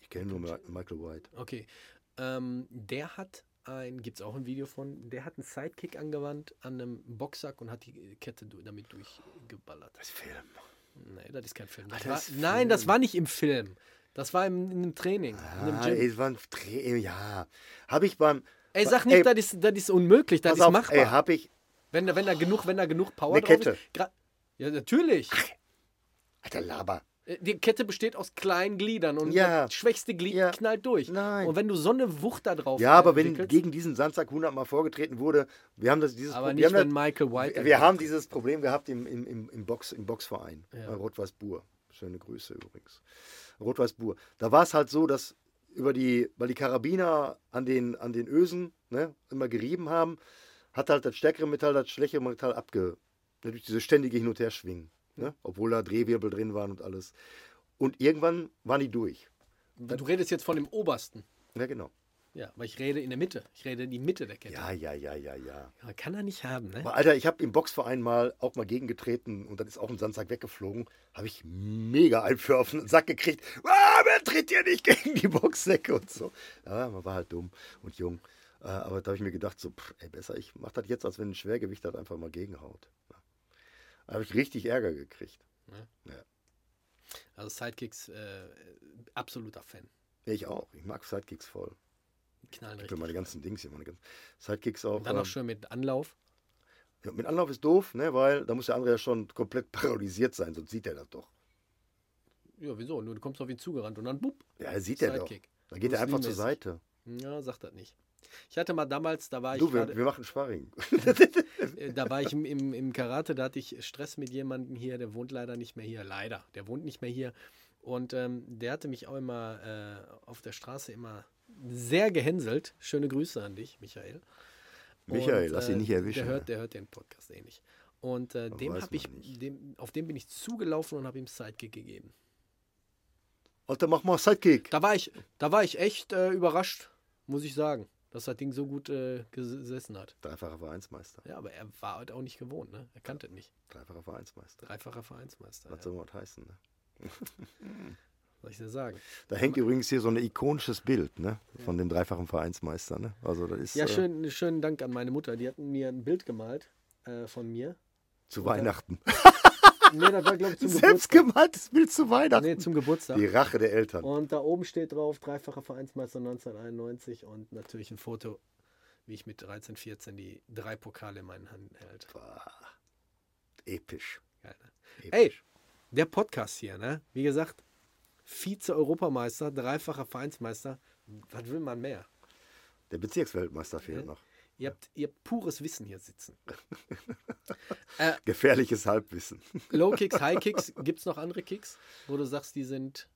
Speaker 3: Ich kenne nur Ma- Michael White.
Speaker 4: Okay. Ähm, der hat ein, gibt es auch ein Video von, der hat einen Sidekick angewandt an einem Boxsack und hat die Kette du- damit durchgeballert.
Speaker 3: Das Film.
Speaker 4: Nee, das ist kein Film.
Speaker 3: Ah,
Speaker 4: Das war,
Speaker 3: das ist
Speaker 4: nein, das
Speaker 3: Film.
Speaker 4: war nicht im Film. Das war im, in einem Training. in einem
Speaker 3: Ah,
Speaker 4: Gym.
Speaker 3: ey, es war ein Dreh, ja. Habe ich beim...
Speaker 4: Ey, sag
Speaker 3: ey,
Speaker 4: nicht, das ist, das ist unmöglich, das
Speaker 3: pass
Speaker 4: ist
Speaker 3: auf,
Speaker 4: machbar.
Speaker 3: Ey, habe ich...
Speaker 4: wenn, da- wenn, da genug, wenn da genug Power
Speaker 3: Eine
Speaker 4: drauf
Speaker 3: Kette.
Speaker 4: ist. Gra- Ja, natürlich.
Speaker 3: Alter, Laber.
Speaker 4: Äh, Die Kette besteht aus kleinen Gliedern und
Speaker 3: Ja.
Speaker 4: das schwächste Glied
Speaker 3: Ja.
Speaker 4: knallt durch.
Speaker 3: Nein.
Speaker 4: Und wenn du so eine Wucht da drauf
Speaker 3: Ja, aber wenn
Speaker 4: entwickelst-
Speaker 3: gegen diesen Sandsack 100 Mal vorgetreten wurde, wir haben das dieses
Speaker 4: aber
Speaker 3: Problem-
Speaker 4: nicht,
Speaker 3: wir haben
Speaker 4: wenn
Speaker 3: das-
Speaker 4: Michael White.
Speaker 3: Wir, wir haben dieses Problem gehabt im, im, im, im, Box, im Boxverein,
Speaker 4: Ja.
Speaker 3: bei Rot-Weiß Bur. Schöne Grüße übrigens. Rot-Weiß Bur. Da war es halt so, dass über die, weil die Karabiner an den, an den Ösen ne, immer gerieben haben, hat halt das stärkere Metall das schlechtere Metall abge. Natürlich diese ständige Hin- und Herschwingen. Ne? Obwohl da Drehwirbel drin waren und alles. Und irgendwann waren die durch.
Speaker 4: du redest jetzt von dem Obersten.
Speaker 3: Ja, genau.
Speaker 4: Ja, aber ich rede in der Mitte. Ich rede in die Mitte der Kette.
Speaker 3: Ja, ja, ja, ja, ja.
Speaker 4: Aber Kann er nicht haben, ne?
Speaker 3: Aber Alter, ich habe im Boxverein mal auch mal gegengetreten und dann ist auch ein Sandsack weggeflogen. Habe ich mega einen für auf den Sack gekriegt. Ah, wer tritt hier nicht gegen die Boxsäcke und so? Ja, man war halt dumm und jung. Äh, Aber da habe ich mir gedacht, so, pff, ey, besser, ich mache das jetzt, als wenn ein Schwergewicht das einfach mal gegenhaut. Ja. Da habe ich richtig Ärger gekriegt.
Speaker 4: Also Sidekicks, äh, absoluter Fan.
Speaker 3: Ich auch. Ich mag Sidekicks voll.
Speaker 4: Die Knallen
Speaker 3: Ich will
Speaker 4: richtig.
Speaker 3: meine ganzen Dings hier, meine ganzen Sidekicks auch.
Speaker 4: Und dann noch
Speaker 3: ähm,
Speaker 4: schön mit Anlauf.
Speaker 3: Ja, mit Anlauf ist doof, ne? weil da muss der andere ja schon komplett *laughs* paralysiert sein, sonst sieht er das doch.
Speaker 4: Ja, wieso? Nur du kommst auf ihn zugerannt und dann bupp.
Speaker 3: Ja, er sieht er doch.
Speaker 4: Sidekick.
Speaker 3: Dann geht er einfach zur
Speaker 4: Muslimmäßig.
Speaker 3: Seite.
Speaker 4: Ja, sagt das nicht. Ich hatte mal damals, da war ich
Speaker 3: du, wir,
Speaker 4: gerade-
Speaker 3: wir machen Sparring. *laughs*
Speaker 4: Äh, da war ich im, im, im Karate, da hatte ich Stress mit jemandem hier, der wohnt leider nicht mehr hier, leider, der wohnt nicht mehr hier. Und ähm, der hatte mich auch immer äh, auf der Straße immer sehr gehänselt. Schöne Grüße an dich, Michael. äh,
Speaker 3: Michael, lass ihn nicht erwischen,
Speaker 4: Der
Speaker 3: ne?
Speaker 4: hört, der hört den Podcast eh nicht. Und äh,
Speaker 3: Das
Speaker 4: dem
Speaker 3: weiß
Speaker 4: hab ich,
Speaker 3: man nicht.
Speaker 4: dem, auf den bin ich zugelaufen und habe ihm Sidekick gegeben.
Speaker 3: Alter, mach mal Sidekick.
Speaker 4: Da war ich, da war ich echt äh, überrascht, muss ich sagen, dass das Ding so gut äh, gesessen hat.
Speaker 3: Dreifacher Vereinsmeister.
Speaker 4: Ja, aber er war halt auch nicht gewohnt, ne? Er kannte es nicht.
Speaker 3: Dreifacher Vereinsmeister.
Speaker 4: Dreifacher Vereinsmeister.
Speaker 3: Was
Speaker 4: ja.
Speaker 3: soll man das heißen? Ne?
Speaker 4: soll ich dir sagen?
Speaker 3: Da hängt übrigens hier so ein ikonisches Bild ne? von dem dreifachen Vereinsmeister. Ne? Also, das ist
Speaker 4: Ja,
Speaker 3: äh,
Speaker 4: schön, schönen Dank an meine Mutter. Die hat mir ein Bild gemalt äh, von mir.
Speaker 3: zu Weihnachten.
Speaker 4: Nee, das war, glaube ich, zum
Speaker 3: *laughs*
Speaker 4: Geburtstag.
Speaker 3: Selbstgemaltes Bild zu Weihnachten.
Speaker 4: Nee, zum Geburtstag.
Speaker 3: Die Rache der Eltern.
Speaker 4: Und da oben steht drauf, dreifacher Vereinsmeister 1991 und natürlich ein Foto, wie ich mit 13, 14 die drei Pokale in meinen Händen hält.
Speaker 3: Boah. Episch.
Speaker 4: Geil, ne?
Speaker 3: Episch.
Speaker 4: Ey, der Podcast hier, ne? Wie gesagt, Vize-Europameister, dreifacher Vereinsmeister. Was will man mehr?
Speaker 3: Der Bezirksweltmeister fehlt noch.
Speaker 4: Ihr habt, ihr habt pures Wissen hier sitzen.
Speaker 3: Gefährliches Halbwissen.
Speaker 4: Low Kicks, High Kicks, gibt es noch andere Kicks, wo du sagst, die sind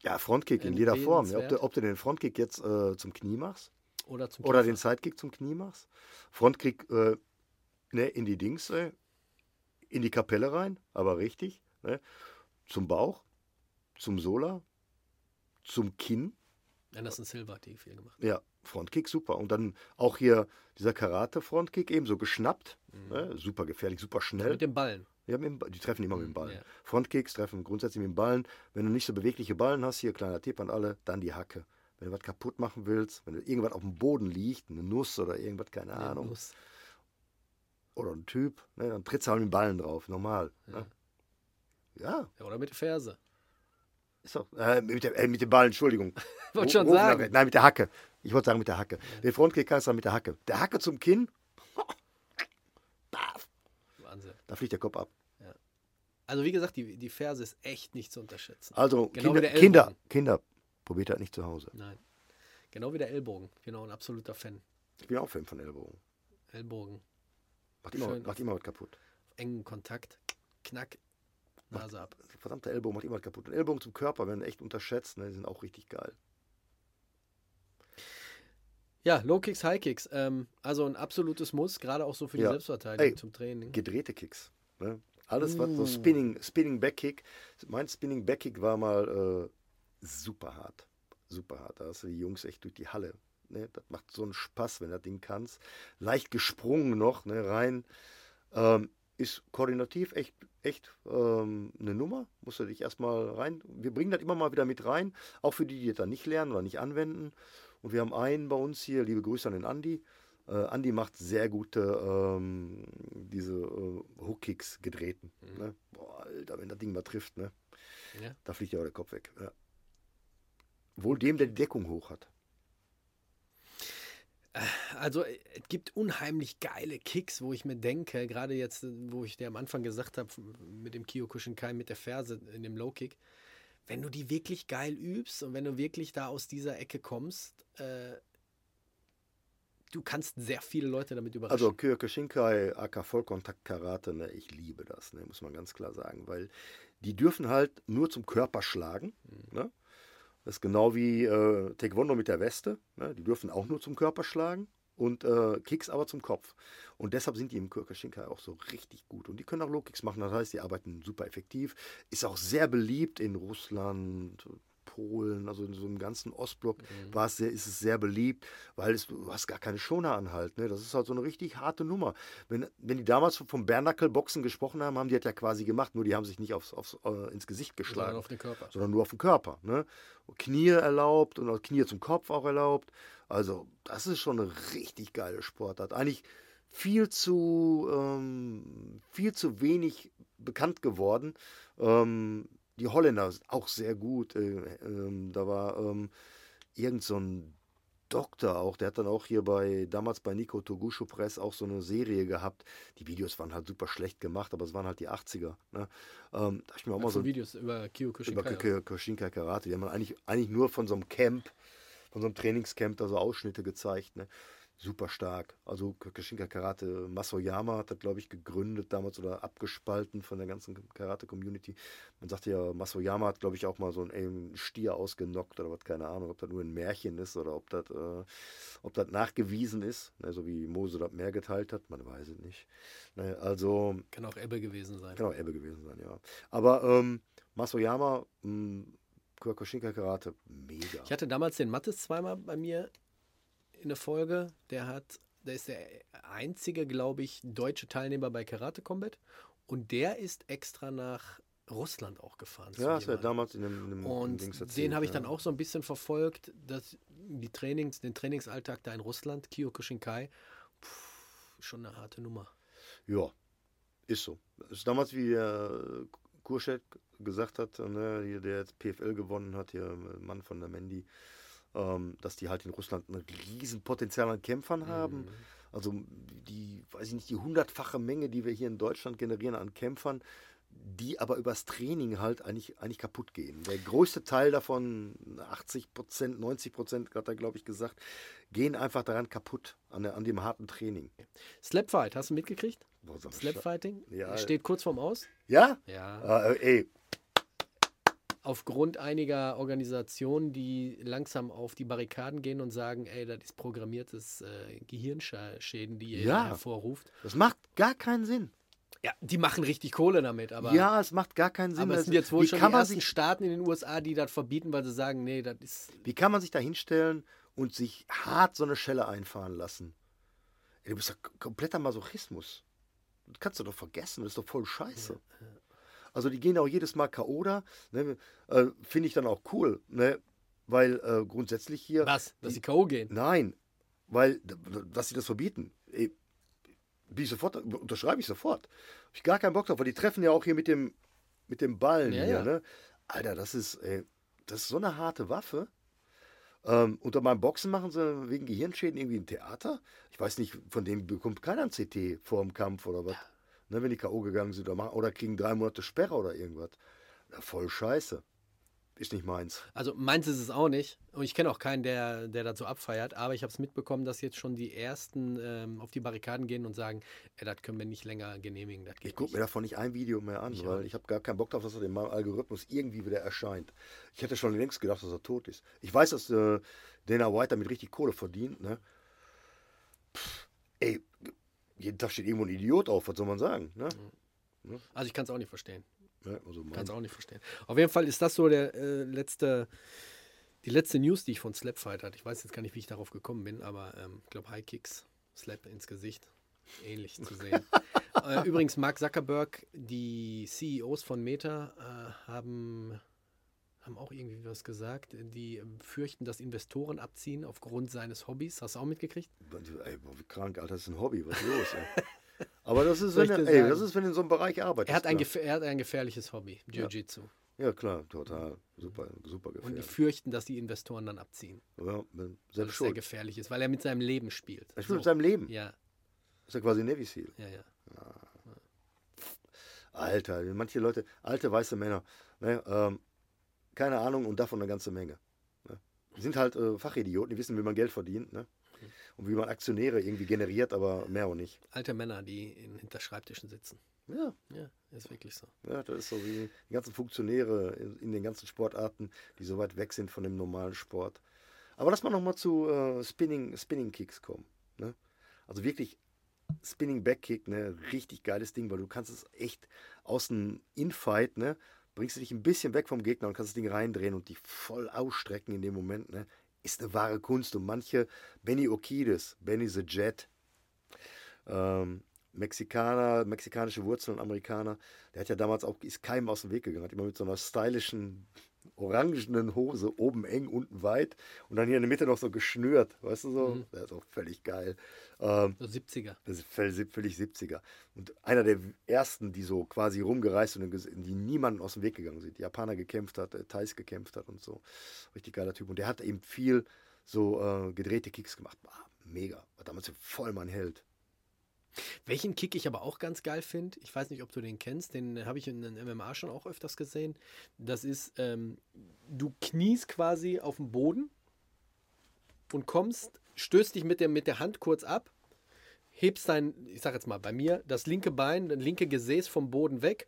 Speaker 3: Ja, Frontkick in jeder Form. Ja, ob, du,
Speaker 4: Empfehlenswert.
Speaker 3: ob du den Frontkick jetzt äh, zum Knie machst
Speaker 4: oder zum
Speaker 3: oder
Speaker 4: Kiefer?
Speaker 3: den Sidekick zum Knie machst. Frontkick äh, ne, in die Dings, äh, in die Kapelle rein, aber richtig. Ne, zum Bauch, zum Solar, zum Kinn.
Speaker 4: Anderson Silva hat die viel gemacht.
Speaker 3: Ja, Frontkick super. Und dann auch hier dieser Karate-Frontkick ebenso geschnappt.
Speaker 4: Mhm.
Speaker 3: Ne, super gefährlich, super schnell.
Speaker 4: Mit dem Ballen.
Speaker 3: Die, haben im Ba- die treffen immer mit dem Ballen.
Speaker 4: Mhm, ja.
Speaker 3: Frontkicks treffen grundsätzlich mit dem Ballen. Wenn du nicht so bewegliche Ballen hast, hier kleiner Tipp an alle, dann die Hacke. Wenn du was kaputt machen willst, wenn du irgendwas auf dem Boden liegt, eine Nuss oder irgendwas, keine Ahnung,
Speaker 4: Nuss.
Speaker 3: oder ein Typ, ne, dann trittst du halt mit dem Ballen drauf, normal. Ja, ne? ja
Speaker 4: Ja, oder mit der Ferse.
Speaker 3: ist doch. Äh, mit, der, äh, mit dem Ballen, Entschuldigung.
Speaker 4: *laughs*
Speaker 3: Wo-
Speaker 4: Wollte schon
Speaker 3: wo-
Speaker 4: sagen.
Speaker 3: Nein, mit der Hacke. Ich wollte sagen, mit der Hacke. Den Frontkick kannst du dann mit der Hacke. Der Hacke zum Kinn,
Speaker 4: Wahnsinn.
Speaker 3: da fliegt der Kopf ab.
Speaker 4: Also wie gesagt, die, die Ferse ist echt nicht zu unterschätzen.
Speaker 3: Also,
Speaker 4: Genau wie
Speaker 3: Kinder,
Speaker 4: der
Speaker 3: Kinder,
Speaker 4: Ellbogen.
Speaker 3: Kinder, probiert das nicht zu Hause.
Speaker 4: Nein. Genau wie der Ellbogen. Genau, ein absoluter Fan.
Speaker 3: Ich bin auch Fan von Ellbogen.
Speaker 4: Ellbogen.
Speaker 3: Macht immer,
Speaker 4: Schön.
Speaker 3: macht immer was kaputt.
Speaker 4: Engen Kontakt. Knack. Nase ab.
Speaker 3: verdammter Ellbogen macht immer kaputt. Und Ellbogen zum Körper werden echt unterschätzt, ne? die sind auch richtig geil.
Speaker 4: Ja, Low Kicks, High Kicks. Ähm, also ein absolutes Muss, gerade auch so für die
Speaker 3: Ja.
Speaker 4: Selbstverteidigung
Speaker 3: Ey,
Speaker 4: zum Training.
Speaker 3: Gedrehte Kicks. Ne? Alles, was so Spinning, Spinning Backkick. Mein Spinning Backkick war mal äh, super hart. Super hart. Da hast du die Jungs echt durch die Halle. Ne? Das macht so einen Spaß, wenn du das Ding kannst. Leicht gesprungen noch ne? rein. Ähm, ist koordinativ echt, echt ähm, eine Nummer. Musst du dich erstmal rein. Wir bringen das immer mal wieder mit rein. Auch für die, die das dann nicht lernen oder nicht anwenden. Und wir haben einen bei uns hier, liebe Grüße an den Andi. Äh, Andi macht sehr gute ähm, diese äh, Hookkicks gedrehten. Ne? Boah, Alter, wenn das Ding mal trifft, ne?
Speaker 4: Ja.
Speaker 3: da fliegt ja auch der Kopf weg. Ja. Wohl dem, der die Deckung hoch hat.
Speaker 4: Also äh, es gibt unheimlich geile Kicks, wo ich mir denke, gerade jetzt, äh, wo ich dir am Anfang gesagt habe, mit dem Kyokushinkai, mit der Ferse in dem Low-Kick, wenn du die wirklich geil übst und wenn du wirklich da aus dieser Ecke kommst, äh, du kannst sehr viele Leute damit überraschen.
Speaker 3: Also Kyokushinkai, AK Vollkontakt Karate, ne, ich liebe das, ne, muss man ganz klar sagen, weil die dürfen halt nur zum Körper schlagen. Ne? Das ist genau wie äh, Taekwondo mit der Weste, ne? die dürfen auch nur zum Körper schlagen und äh, Kicks aber zum Kopf. Und deshalb sind die im Kyokushinkai auch so richtig gut und die können auch Low-Kicks machen, das heißt, die arbeiten super effektiv, ist auch sehr beliebt in Russland, Polen, also in so einem ganzen Ostblock, war es sehr, ist es sehr beliebt, weil es, du hast gar keine Schoner anhalt. Ne? Das ist halt so eine richtig harte Nummer. Wenn, wenn die damals vom Bernackel-Boxen gesprochen haben, haben die das ja quasi gemacht, nur die haben sich nicht aufs, aufs, äh, ins Gesicht
Speaker 4: Sondern
Speaker 3: geschlagen
Speaker 4: Also auf den Körper.
Speaker 3: sondern nur auf den Körper. Ne? Knie erlaubt und auch Knie zum Kopf auch erlaubt. Also, das ist schon eine richtig geile Sportart. Eigentlich viel zu, ähm, viel zu wenig bekannt geworden. Ähm, die Holländer sind auch sehr gut. Äh, ähm, da war ähm, irgend so ein Doktor auch, der hat dann auch hier bei, damals bei Nico Togusho Press auch so eine Serie gehabt. Die Videos waren halt super schlecht gemacht, aber es waren halt die 80er. Ne? Ähm, da hab ich mir auch mal
Speaker 4: Von
Speaker 3: so
Speaker 4: Videos über Kyokushin.
Speaker 3: über K- K- Koshinkai Karate. Die haben eigentlich, eigentlich nur von so einem Camp, von so einem Trainingscamp da so Ausschnitte gezeigt. Ne? Super stark. Also K- Koshinkai Karate, Masoyama hat das, glaube ich, gegründet damals oder abgespalten von der ganzen Karate-Community. Man sagte ja, Masoyama hat, glaube ich, auch mal so einen, einen Stier ausgenockt oder was, keine Ahnung, ob das nur ein Märchen ist oder ob das, äh, ob das nachgewiesen ist. Ne? So wie Mose das Meer geteilt hat, man weiß es nicht. Ne? Also,
Speaker 4: Kann auch Ebbe gewesen sein.
Speaker 3: Genau, Ebbe gewesen sein, ja. Aber ähm, Masoyama, mh, Kyokushinkai Karate, mega.
Speaker 4: Ich hatte damals den Mattes zweimal bei mir in der Folge. Der hat, der ist der einzige, glaube ich, deutsche Teilnehmer bei Karate Combat. Und der ist extra nach Russland auch gefahren. zu
Speaker 3: ja, hast du ja
Speaker 4: jemandem.
Speaker 3: damals in dem, in dem
Speaker 4: Und
Speaker 3: Dings
Speaker 4: den
Speaker 3: erzählt,
Speaker 4: habe ich
Speaker 3: ja.
Speaker 4: dann auch so ein bisschen verfolgt, dass die Trainings, den Trainingsalltag da in Russland, Kyokushinkai, pff, schon eine harte Nummer.
Speaker 3: Ja, ist so. Ist damals, wie äh, Kurschet gesagt hat, ne, hier, der jetzt PFL gewonnen hat, hier äh, Mann von der Mendy, ähm, dass die halt in Russland ein riesen Potenzial an
Speaker 4: Mhm.
Speaker 3: Kämpfern haben. Also die, weiß ich nicht, die hundertfache Menge, die wir hier in Deutschland generieren an Kämpfern, die aber übers Training halt eigentlich, eigentlich kaputt gehen. Der größte Teil davon, 80 Prozent, 90 Prozent, hat er, glaube ich, gesagt, gehen einfach daran kaputt, an, der, an dem harten Training.
Speaker 4: Slapfight, hast du mitgekriegt?
Speaker 3: Boah, so ein Scha-
Speaker 4: Slapfighting?
Speaker 3: Ja.
Speaker 4: Steht kurz vorm Aus?
Speaker 3: Ja?
Speaker 4: Ja.
Speaker 3: Äh, ey,
Speaker 4: aufgrund einiger Organisationen, die langsam auf die Barrikaden gehen und sagen, ey, das ist programmiertes äh, Gehirnschäden, die ihr
Speaker 3: Ja.
Speaker 4: da hervorruft.
Speaker 3: das macht gar keinen Sinn.
Speaker 4: Ja, die machen richtig Kohle damit, aber,
Speaker 3: ja, es macht gar keinen Sinn.
Speaker 4: aber es
Speaker 3: Das-
Speaker 4: sind jetzt wohl
Speaker 3: wie
Speaker 4: schon die
Speaker 3: kann man
Speaker 4: ersten
Speaker 3: sich,
Speaker 4: Staaten in den USA, die das verbieten, weil sie sagen, nee, das ist
Speaker 3: Wie kann man sich da hinstellen und sich hart so eine Schelle einfahren lassen? Ey, du bist doch k- kompletter Masochismus. Das kannst du doch vergessen, das ist doch voll scheiße. Also die gehen auch jedes Mal K.O. da. Ne, äh, Finde ich dann auch cool. Ne? Weil äh, grundsätzlich hier.
Speaker 4: was, dass sie K.O. gehen.
Speaker 3: Nein, weil, d- d- dass sie das verbieten. Ey, Bin ich sofort, unterschreibe ich sofort. Hab ich gar keinen Bock drauf, weil die treffen ja auch hier mit dem, mit dem Ballen
Speaker 4: Ja,
Speaker 3: hier,
Speaker 4: ja.
Speaker 3: ne? Alter, das ist, ey, das ist so eine harte Waffe. Ähm, unter meinem Boxen machen sie wegen Gehirnschäden irgendwie ein Theater. Ich weiß nicht, von dem bekommt keiner ein CT vor dem Kampf oder was. Ne, wenn die K.O. gegangen sind oder, machen, oder kriegen drei Monate Sperre oder irgendwas. Na, voll scheiße. Ist nicht meins.
Speaker 4: Also meins ist es auch nicht. Und ich kenne auch keinen, der, der dazu abfeiert. Aber ich habe es mitbekommen, dass jetzt schon die Ersten ähm, auf die Barrikaden gehen und sagen, ey, das können wir nicht länger genehmigen. Das geht
Speaker 3: Ich gucke
Speaker 4: nicht.
Speaker 3: mir davon nicht ein Video mehr an,
Speaker 4: Ich auch
Speaker 3: weil ich habe gar keinen Bock darauf, dass er in meinem Algorithmus irgendwie wieder erscheint. Ich hätte schon längst gedacht, dass er tot ist. Ich weiß, dass äh, Dana White damit richtig Kohle verdient. Ne? Pff, ey, jeden Tag steht irgendwo ein Idiot auf, was soll man sagen? Ne?
Speaker 4: Also ich kann es auch nicht verstehen.
Speaker 3: Ne? Also mein,
Speaker 4: Kannst auch nicht verstehen. Auf jeden Fall ist das so der äh, letzte, die letzte News, die ich von Slapfight hatte. Ich weiß jetzt gar nicht, wie ich darauf gekommen bin, aber ich ähm, glaube High Kicks, Slap ins Gesicht, ähnlich zu sehen.
Speaker 3: *laughs*
Speaker 4: äh, übrigens, Mark Zuckerberg, die CEOs von Meta äh, haben, haben auch irgendwie was gesagt. Die fürchten, dass Investoren abziehen aufgrund seines Hobbys. Hast du auch mitgekriegt?
Speaker 3: ey, boah, wie krank, Alter, das ist ein Hobby, was ist los?
Speaker 4: *laughs*
Speaker 3: Ey? Aber das ist,
Speaker 4: Soll
Speaker 3: wenn,
Speaker 4: ich
Speaker 3: du-
Speaker 4: dir
Speaker 3: ey,
Speaker 4: sagen?
Speaker 3: das ist, wenn du in so einem Bereich arbeitest.
Speaker 4: Er hat, ein
Speaker 3: klar.
Speaker 4: gefähr- er hat ein gefährliches Hobby, Jiu-Jitsu.
Speaker 3: Ja, klar, total. Super, super
Speaker 4: Und die
Speaker 3: gefährlich.
Speaker 4: fürchten, dass die Investoren dann abziehen.
Speaker 3: Ja, bin
Speaker 4: Weil
Speaker 3: selbst
Speaker 4: es sehr
Speaker 3: schuld.
Speaker 4: gefährlich ist, weil er mit seinem Leben spielt.
Speaker 3: Er spielt mit seinem Leben.
Speaker 4: Ja,
Speaker 3: Ist ja quasi Navy Seal.
Speaker 4: ja, ja.
Speaker 3: Alter, manche Leute, alte weiße Männer, ne, ähm, keine Ahnung und davon eine ganze Menge. Ne? Die sind halt äh, Fachidioten, die wissen, wie man Geld verdient ne? und wie man Aktionäre irgendwie generiert, aber mehr auch nicht.
Speaker 4: Alte Männer, die in, hinter Schreibtischen sitzen.
Speaker 3: Ja,
Speaker 4: Ja, ist wirklich so.
Speaker 3: ja, das ist so wie die ganzen Funktionäre in, in den ganzen Sportarten, die so weit weg sind von dem normalen Sport. Aber lass mal nochmal zu äh, Spinning, Spinning Kicks kommen. Ne? Also wirklich Spinning Back Kick, ne? richtig geiles Ding, weil du kannst es echt aus dem Infight, ne? bringst du dich ein bisschen weg vom Gegner und kannst das Ding reindrehen und dich voll ausstrecken in dem Moment. Ne? Ist eine wahre Kunst. Und manche, Benny Okides, Benny the Jet, ähm, Mexikaner, mexikanische Wurzeln und Amerikaner, der hat ja damals auch, ist keinem aus dem Weg gegangen, hat immer mit so einer stylischen, orangenen Hose, oben eng, unten weit und dann hier in der Mitte noch so geschnürt, weißt du so?
Speaker 4: Mhm.
Speaker 3: Das ist auch völlig geil. Ähm,
Speaker 4: So 70er.
Speaker 3: das ist völl- völlig 70er. Und einer der ersten, die so quasi rumgereist und ges- die niemanden aus dem Weg gegangen sind. Die Japaner gekämpft hat, äh, Thais gekämpft hat und so. Richtig geiler Typ. Und der hat eben viel so äh, gedrehte Kicks gemacht. Ah, mega. War damals voll mein Held.
Speaker 4: Welchen Kick ich aber auch ganz geil finde, ich weiß nicht, ob du den kennst, den habe ich in den MMA schon auch öfters gesehen. Das ist, ähm, du kniest quasi auf dem Boden und kommst, stößt dich mit der, mit der Hand kurz ab, hebst dein, ich sag jetzt mal, bei mir das linke Bein, das linke Gesäß vom Boden weg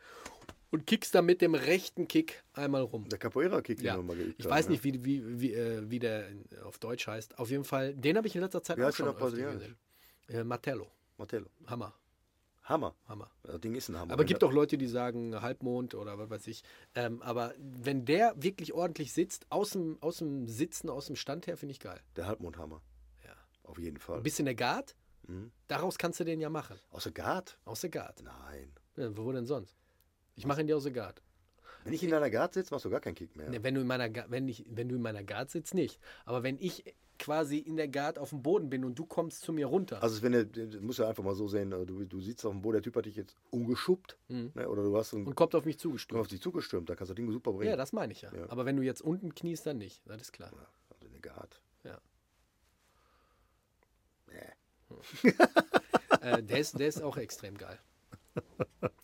Speaker 4: und kickst dann mit dem rechten Kick einmal rum.
Speaker 3: Der Capoeira-Kick, den
Speaker 4: Ja.
Speaker 3: wir mal geübt
Speaker 4: Ich
Speaker 3: haben,
Speaker 4: weiß
Speaker 3: ne?
Speaker 4: nicht, wie, wie, wie, äh, wie der in- auf Deutsch heißt. Auf jeden Fall, den habe ich in letzter Zeit
Speaker 3: Wie
Speaker 4: auch
Speaker 3: heißt der
Speaker 4: schon
Speaker 3: auf
Speaker 4: öfter
Speaker 3: Brasilianisch?
Speaker 4: gesehen. Äh, Martello.
Speaker 3: Martello.
Speaker 4: Hammer,
Speaker 3: Hammer.
Speaker 4: Hammer.
Speaker 3: Das Ding ist ein Hammer.
Speaker 4: Aber
Speaker 3: Wenn
Speaker 4: gibt
Speaker 3: der-
Speaker 4: auch Leute, die sagen Halbmond oder was weiß ich. Ähm, aber wenn der wirklich ordentlich sitzt, aus dem, aus dem Sitzen, aus dem Stand her, finde ich geil.
Speaker 3: Der Halbmondhammer.
Speaker 4: Ja.
Speaker 3: Auf jeden Fall.
Speaker 4: Ein bisschen der Guard,
Speaker 3: Mhm.
Speaker 4: daraus kannst du den ja machen.
Speaker 3: Aus der Guard?
Speaker 4: Aus der Guard.
Speaker 3: Nein.
Speaker 4: Ja, wo denn sonst? Ich mache ihn dir aus der Guard.
Speaker 3: Wenn
Speaker 4: Äh,
Speaker 3: ich in deiner Guard sitze, machst du gar keinen Kick mehr.
Speaker 4: Ne, wenn, du in meiner, Gu- wenn, ich, wenn du in meiner Guard sitzt, nicht. Aber wenn ich quasi in der Guard auf dem Boden bin und du kommst zu mir runter.
Speaker 3: Also wenn er, das muss ja einfach mal so sehen, äh, du, du siehst auf dem Boden, der Typ hat dich jetzt umgeschubbt,
Speaker 4: Mhm.
Speaker 3: ne? oder du hast so einen
Speaker 4: und kommt auf mich
Speaker 3: Sturm auf
Speaker 4: zugestürmt.
Speaker 3: dich zugestürmt, da kannst du das Ding super bringen.
Speaker 4: Ja, das meine ich ja.
Speaker 3: Ja.
Speaker 4: Aber wenn du jetzt unten kniest, dann nicht. Das ist klar.
Speaker 3: also eine Guard.
Speaker 4: Hm. äh, der, ist, der ist auch extrem geil.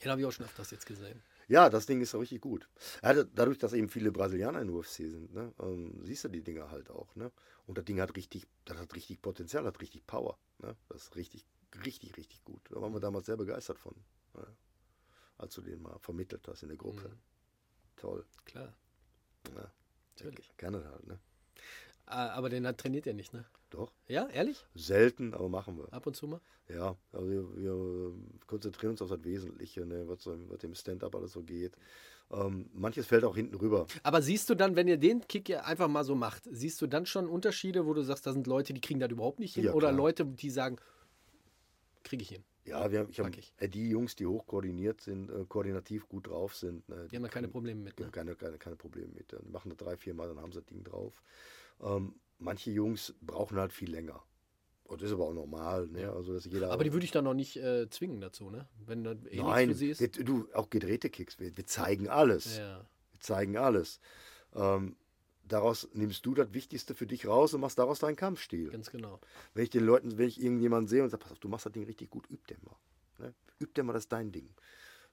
Speaker 4: Den habe ich auch schon öfters jetzt gesehen.
Speaker 3: Ja, das Ding ist auch richtig gut. Er hatte, dadurch, dass eben viele Brasilianer in der UFC sind, ne? ähm, siehst du die Dinger halt auch. Ne? Und das Ding hat richtig, das hat richtig Potenzial, hat richtig Power. Ne? Das ist richtig, richtig, richtig gut. Da waren wir
Speaker 4: Mhm.
Speaker 3: damals sehr begeistert von, ne? als du den mal vermittelt hast in der Gruppe.
Speaker 4: Mhm,
Speaker 3: Toll.
Speaker 4: klar.
Speaker 3: Ne?
Speaker 4: Natürlich.
Speaker 3: Gerne halt, ne?
Speaker 4: Äh, aber den hat trainiert er nicht, ne?
Speaker 3: Doch.
Speaker 4: Ja, ehrlich?
Speaker 3: Selten, aber machen wir.
Speaker 4: Ab und zu mal?
Speaker 3: Ja, also wir, wir konzentrieren uns auf das Wesentliche, ne, was, so, was dem Stand-up alles so geht. Ähm, manches fällt auch hinten rüber.
Speaker 4: Aber siehst du dann, wenn ihr den Kick ja einfach mal so macht, siehst du dann schon Unterschiede, wo du sagst, da sind Leute, die kriegen das überhaupt nicht hin?
Speaker 3: Ja,
Speaker 4: oder
Speaker 3: klar.
Speaker 4: Leute, die sagen, kriege ich hin.
Speaker 3: Ja, wir haben, ich hab,
Speaker 4: Pack ich.
Speaker 3: äh, die Jungs, die hochkoordiniert sind, äh, koordinativ gut drauf sind, ne,
Speaker 4: Die haben da keine Probleme mit.
Speaker 3: die
Speaker 4: Ne?
Speaker 3: haben keine, keine, keine Probleme mit. Die machen das drei, vier Mal, dann haben sie das Ding drauf. Ähm, manche Jungs brauchen halt viel länger. Und das ist aber auch normal, ne?
Speaker 4: Ja.
Speaker 3: Also dass jeder.
Speaker 4: Aber die würde ich dann noch nicht äh, zwingen dazu, ne? Wenn das eh nichts
Speaker 3: Nein,
Speaker 4: für sie ist.
Speaker 3: wir, du, auch gedrehte Kicks, wir, wir zeigen alles.
Speaker 4: Ja.
Speaker 3: Wir zeigen alles. Ähm, daraus nimmst du das Wichtigste für dich raus und machst daraus deinen Kampfstil.
Speaker 4: Ganz genau.
Speaker 3: Wenn ich den Leuten, wenn ich irgendjemanden sehe und sage, pass auf, du machst das Ding richtig gut, üb den mal. Ne? Üb den mal, das ist dein Ding.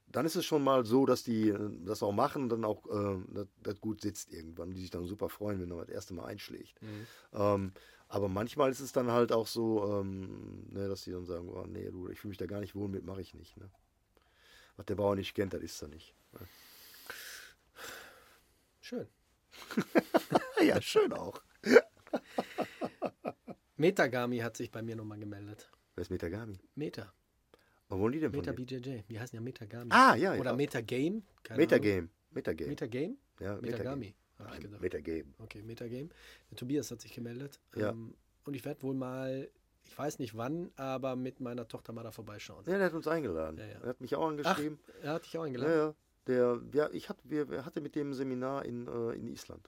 Speaker 3: Dann ist es schon mal so, dass die äh, das auch machen und dann auch äh, das, das gut sitzt irgendwann. Die sich dann super freuen, wenn man das erste Mal einschlägt.
Speaker 4: Mhm.
Speaker 3: Ähm, aber manchmal ist es dann halt auch so, ähm, ne, dass die dann sagen, oh, nee, du, ich fühle mich da gar nicht wohl mit, mache ich nicht. Ne? Was der Bauer nicht kennt, das ist er nicht.
Speaker 4: Schön.
Speaker 3: Ja, schön auch.
Speaker 4: Metagami hat sich bei mir nochmal gemeldet.
Speaker 3: Wer ist Metagami?
Speaker 4: Meta.
Speaker 3: Was wollen die denn von
Speaker 4: Meta
Speaker 3: dir?
Speaker 4: BJJ. Wir heißen ja Metagami.
Speaker 3: Ah, ja,
Speaker 4: Oder
Speaker 3: ja.
Speaker 4: Metagame. keine Ahnung.
Speaker 3: Metagame. Metagame.
Speaker 4: Metagame?
Speaker 3: ja,
Speaker 4: Metagami. Hab ich
Speaker 3: Nein,
Speaker 4: gedacht.
Speaker 3: Metagame.
Speaker 4: Okay, Metagame. Der Tobias hat sich gemeldet.
Speaker 3: Ja.
Speaker 4: Ähm, und ich werde wohl mal, ich weiß nicht wann, aber mit meiner Tochter mal da vorbeischauen.
Speaker 3: Ja, der hat uns eingeladen.
Speaker 4: Ja, ja.
Speaker 3: Er hat mich auch
Speaker 4: Ach,
Speaker 3: angeschrieben.
Speaker 4: er hat dich auch
Speaker 3: ja,
Speaker 4: eingeladen.
Speaker 3: ja. Der, ja, ich hatte, wir, wir hatte mit dem Seminar in, äh, in Island.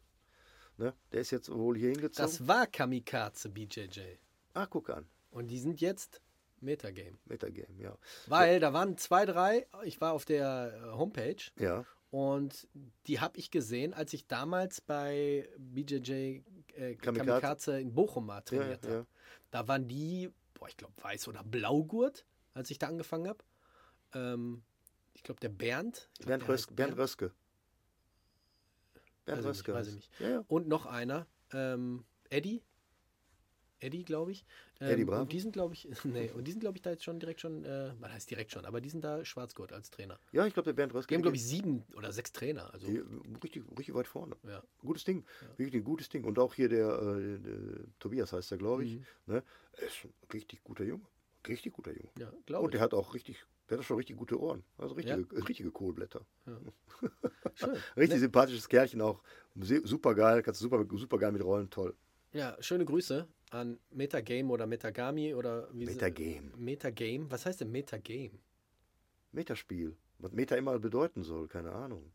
Speaker 3: Ne? Der ist jetzt wohl hier hingezogen.
Speaker 4: Das war Kamikaze BJJ.
Speaker 3: ah, guck an.
Speaker 4: Und die sind jetzt Metagame.
Speaker 3: Metagame, ja.
Speaker 4: Weil da waren zwei, drei, ich war auf der äh, Homepage
Speaker 3: Ja,
Speaker 4: und die habe ich gesehen, als ich damals bei BJJ äh,
Speaker 3: Kamikaze.
Speaker 4: Kamikaze. in Bochum mal
Speaker 3: ja, ja,
Speaker 4: trainiert habe.
Speaker 3: ja.
Speaker 4: Da waren die, boah, ich glaube, weiß oder blaugurt, als ich da angefangen habe. Ähm, ich glaube, der Bernd. Ich
Speaker 3: Bernd,
Speaker 4: glaub, der heißt
Speaker 3: Röske, Bernd Röske. Bernd
Speaker 4: Weiß ich nicht,
Speaker 3: Röske.
Speaker 4: weiß
Speaker 3: heißt-
Speaker 4: ich nicht.
Speaker 3: Ja, ja.
Speaker 4: Und noch einer, ähm, Eddie. Eddie, glaube ich. Ähm,
Speaker 3: Eddie Bravo?
Speaker 4: Und die sind, glaube ich, *laughs* nee, und die sind, glaube ich, da jetzt schon direkt schon, äh, was heißt direkt schon, aber die sind da Schwarzgurt als Trainer.
Speaker 3: ja, ich glaube, der Bernd Röske.
Speaker 4: Die haben,
Speaker 3: der
Speaker 4: glaube ich, sieben oder sechs Trainer. Also,
Speaker 3: Äh, Die- Richtig, richtig weit vorne.
Speaker 4: Ja.
Speaker 3: Gutes Ding. Wirklich ein gutes Ding. Und auch hier der, äh, der Tobias heißt er, glaube ich.
Speaker 4: Mhm.
Speaker 3: Ne? Er ist ein richtig guter Junge. Richtig guter Junge.
Speaker 4: ja,
Speaker 3: Und
Speaker 4: glaube ich.
Speaker 3: der hat auch richtig, der Der hat schon richtig gute Ohren. Also richtige, richtige Kohlblätter.
Speaker 4: Schön.
Speaker 3: Richtig
Speaker 4: Ne?
Speaker 3: sympathisches Kerlchen auch. Se- Super geil, kannst du super, super geil mit rollen, toll.
Speaker 4: Ja, schöne Grüße an Metagame oder Metagami oder wie sie-
Speaker 3: Metagame.
Speaker 4: Metagame. Was heißt denn Metagame?
Speaker 3: Metaspiel. Was Meta immer bedeuten soll, keine Ahnung.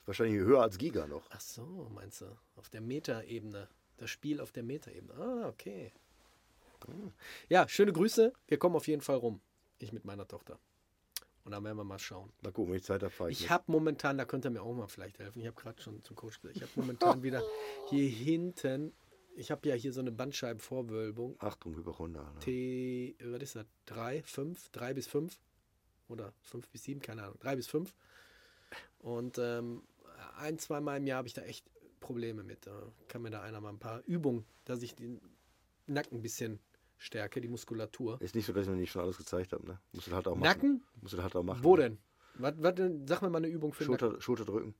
Speaker 3: Ist wahrscheinlich höher als Giga noch.
Speaker 4: Ach so, meinst du? Auf der Meta-Ebene. Das Spiel auf der Meta-Ebene. Ah, okay. Ja, schöne Grüße. Wir kommen auf jeden Fall rum. Ich mit meiner Tochter. Und dann werden wir mal schauen.
Speaker 3: Mal gucken, wenn ich Zeit habe, fahr
Speaker 4: Ich
Speaker 3: mit.
Speaker 4: habe momentan, da könnt ihr mir auch mal vielleicht helfen. Ich habe gerade schon zum Coach gesagt, ich habe
Speaker 3: *laughs*
Speaker 4: momentan wieder hier hinten, ich habe ja hier so eine Bandscheibenvorwölbung.
Speaker 3: Achtung, Hypochonder. Ne?
Speaker 4: T, was ist das? 3, 5, 3 bis 5 oder 5 bis 7, keine Ahnung, 3 bis 5. Und ähm, ein, zweimal im Jahr habe ich da echt Probleme mit. Da kann mir da einer mal ein paar Übungen, dass ich den Nacken ein bisschen stärke, die Muskulatur.
Speaker 3: Ist nicht so, dass ich mir nicht schon alles gezeigt habe. Ne? Musst du halt auch machen.
Speaker 4: Nacken?
Speaker 3: Musst du halt auch machen.
Speaker 4: Wo
Speaker 3: ne?
Speaker 4: denn? Was, was denn? Sag mir mal eine Übung für den Nacken.
Speaker 3: Schulter, Schulter drücken.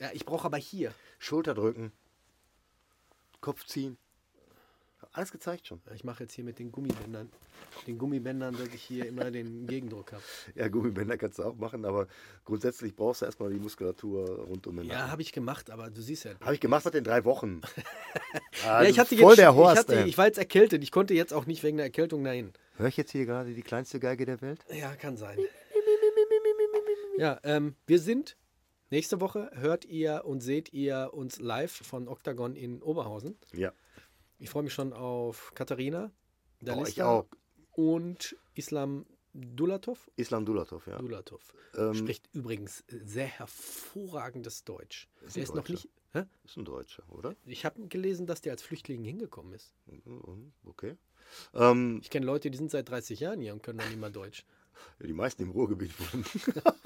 Speaker 4: Ja, ich brauche aber hier.
Speaker 3: Schulter drücken. Kopf ziehen. Hab Alles gezeigt schon.
Speaker 4: Ich mache jetzt hier mit den Gummibändern. Den Gummibändern, dass ich hier immer den Gegendruck habe.
Speaker 3: Ja, Gummibänder kannst du auch machen, aber grundsätzlich brauchst du erstmal die Muskulatur rund um den
Speaker 4: Ja,
Speaker 3: Nacken.
Speaker 4: habe ich gemacht, aber du siehst ja.
Speaker 3: Habe ich gemacht seit den drei Wochen.
Speaker 4: *laughs* ja
Speaker 3: Ah,
Speaker 4: ich
Speaker 3: das
Speaker 4: hatte
Speaker 3: ist voll
Speaker 4: jetzt,
Speaker 3: der Horst.
Speaker 4: ich, hatte,
Speaker 3: ey.
Speaker 4: ich war jetzt erkältet. Ich konnte jetzt auch nicht wegen der Erkältung dahin.
Speaker 3: Hör ich jetzt hier gerade die kleinste Geige der Welt?
Speaker 4: Ja, kann sein. Ja, ähm, wir sind nächste Woche hört ihr und seht ihr uns live von Octagon in Oberhausen.
Speaker 3: Ja.
Speaker 4: Ich freue mich schon auf Katharina,
Speaker 3: Oh, ich
Speaker 4: Dalista
Speaker 3: auch.
Speaker 4: und Islam Dulatov.
Speaker 3: Islam Dulatov, ja.
Speaker 4: Dulatov
Speaker 3: Ähm,
Speaker 4: spricht übrigens äh, sehr hervorragendes Deutsch.
Speaker 3: Ist
Speaker 4: Er
Speaker 3: ein
Speaker 4: ist noch
Speaker 3: Deutscher.
Speaker 4: nicht. Hä?
Speaker 3: Ist ein Deutscher, oder?
Speaker 4: Ich habe gelesen, dass der als Flüchtling hingekommen ist.
Speaker 3: Mhm, Okay. Ähm,
Speaker 4: Ich kenne Leute, die sind seit 30 Jahren hier und können noch nicht mal Deutsch.
Speaker 3: die meisten im Ruhrgebiet
Speaker 4: *laughs*
Speaker 3: wurden. *laughs*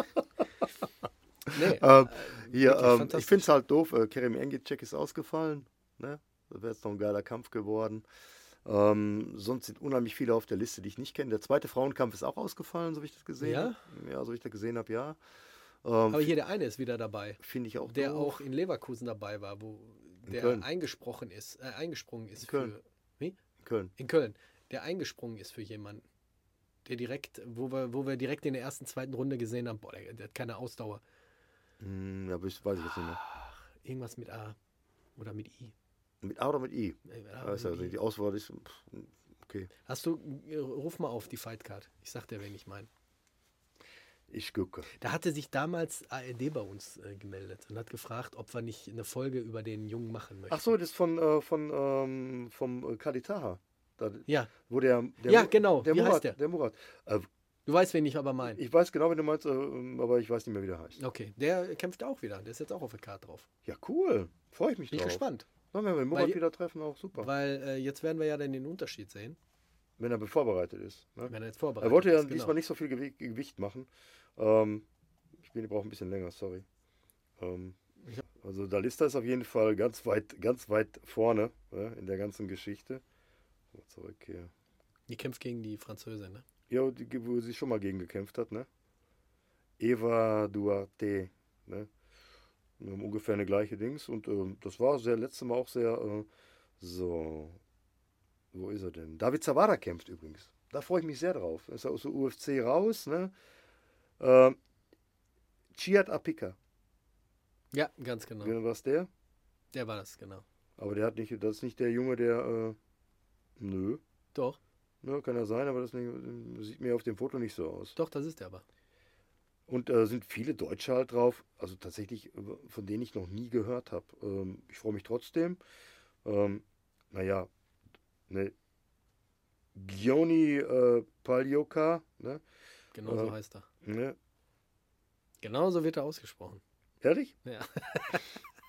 Speaker 4: Nee.
Speaker 3: ähm, hier, ähm,
Speaker 4: wirklich
Speaker 3: ich
Speaker 4: fantastisch.
Speaker 3: finde es halt doof. Äh, Kerem Engicek ist ausgefallen. Ne? Das wäre jetzt noch ein geiler Kampf geworden. Ähm, sonst sind unheimlich viele auf der Liste, die ich nicht kenne. Der zweite Frauenkampf ist auch ausgefallen, so wie ich das gesehen
Speaker 4: Ja?
Speaker 3: habe. Ja, so wie ich das gesehen habe, ja. Ähm,
Speaker 4: Aber hier der eine ist wieder dabei,
Speaker 3: finde ich auch
Speaker 4: der
Speaker 3: doof.
Speaker 4: auch in Leverkusen dabei war, wo der
Speaker 3: Köln.
Speaker 4: eingesprochen ist, äh, eingesprungen ist
Speaker 3: In Köln.
Speaker 4: für
Speaker 3: Köln.
Speaker 4: in Köln, der eingesprungen ist für jemanden, der direkt, wo wir, wo wir direkt in der ersten, zweiten Runde gesehen haben, boah, der, der hat keine Ausdauer.
Speaker 3: Hm, ja, weiß weiß ich jetzt nicht mehr.
Speaker 4: Irgendwas mit A oder mit I.
Speaker 3: Mit A oder mit I?
Speaker 4: Äh, A
Speaker 3: Ja, ist
Speaker 4: oder
Speaker 3: ja,
Speaker 4: mit I.
Speaker 3: die Auswahl ist. Pff, okay.
Speaker 4: Hast du, äh, ruf mal auf die Fightcard. Ich sag dir, wen ich meine.
Speaker 3: Ich gucke.
Speaker 4: Da hatte sich damals ARD bei uns äh, gemeldet und hat gefragt, ob wir nicht eine Folge über den Jungen machen möchten.
Speaker 3: Ach so, das ist von, äh, von ähm, vom äh, Kalitaha. Da,
Speaker 4: Ja,
Speaker 3: wo der, der
Speaker 4: Ja,
Speaker 3: Mu-
Speaker 4: genau.
Speaker 3: Der
Speaker 4: Wie heißt
Speaker 3: Murat,
Speaker 4: der?
Speaker 3: Murat. Äh,
Speaker 4: du weißt, wen ich aber meine.
Speaker 3: ich weiß genau, wen du meinst, äh, aber ich weiß nicht mehr, wie der heißt.
Speaker 4: Okay, der kämpft auch wieder. Der ist jetzt auch auf der Karte drauf.
Speaker 3: Ja, cool. Freue ich mich
Speaker 4: Bin ich
Speaker 3: drauf.
Speaker 4: gespannt,
Speaker 3: Na, wenn wir den Murat
Speaker 4: Weil-
Speaker 3: wieder treffen, auch super.
Speaker 4: weil äh, jetzt werden wir ja dann den Unterschied sehen,
Speaker 3: Wenn er vorbereitet ist. Ne?
Speaker 4: wenn er jetzt vorbereitet
Speaker 3: Er wollte ja
Speaker 4: ist, genau.
Speaker 3: diesmal nicht so viel Gewi- Gewicht machen. Ähm, ich bin, ich brauche ein bisschen länger, sorry. Ähm, also Dalista ist auf jeden Fall ganz weit, ganz weit vorne ne, in der ganzen Geschichte. So, zurück hier.
Speaker 4: Die kämpft gegen die Französin, ne?
Speaker 3: Ja, die, ge- wo sie schon mal gegen gekämpft hat, ne? Eva Duarte, ne? Wir haben ungefähr eine gleiche Dings und ähm, das war sehr letzte Mal auch sehr äh, so. Wo ist er denn? David Zawada kämpft übrigens. Da freue ich mich sehr drauf. Ist aus der UFC raus, ne? Ähm, Chiat Apika,
Speaker 4: Ja, ganz genau.
Speaker 3: ja. was der?
Speaker 4: Der war das, genau.
Speaker 3: Aber der hat nicht, das ist nicht der Junge, der. Äh, nö,
Speaker 4: Doch,
Speaker 3: ne, kann ja sein, aber das nicht, sieht mir auf dem Foto nicht so aus.
Speaker 4: doch, das ist der aber.
Speaker 3: Und äh, sind viele Deutsche halt drauf, also tatsächlich, äh, von denen ich noch nie gehört habe. Ähm, ich freue mich trotzdem. Ähm, naja, ne, Gioni äh, Palioka, ne,
Speaker 4: Genau so
Speaker 3: Ja.
Speaker 4: heißt er.
Speaker 3: ne,
Speaker 4: Genauso wird er ausgesprochen.
Speaker 3: ehrlich?
Speaker 4: Ja.
Speaker 3: *laughs*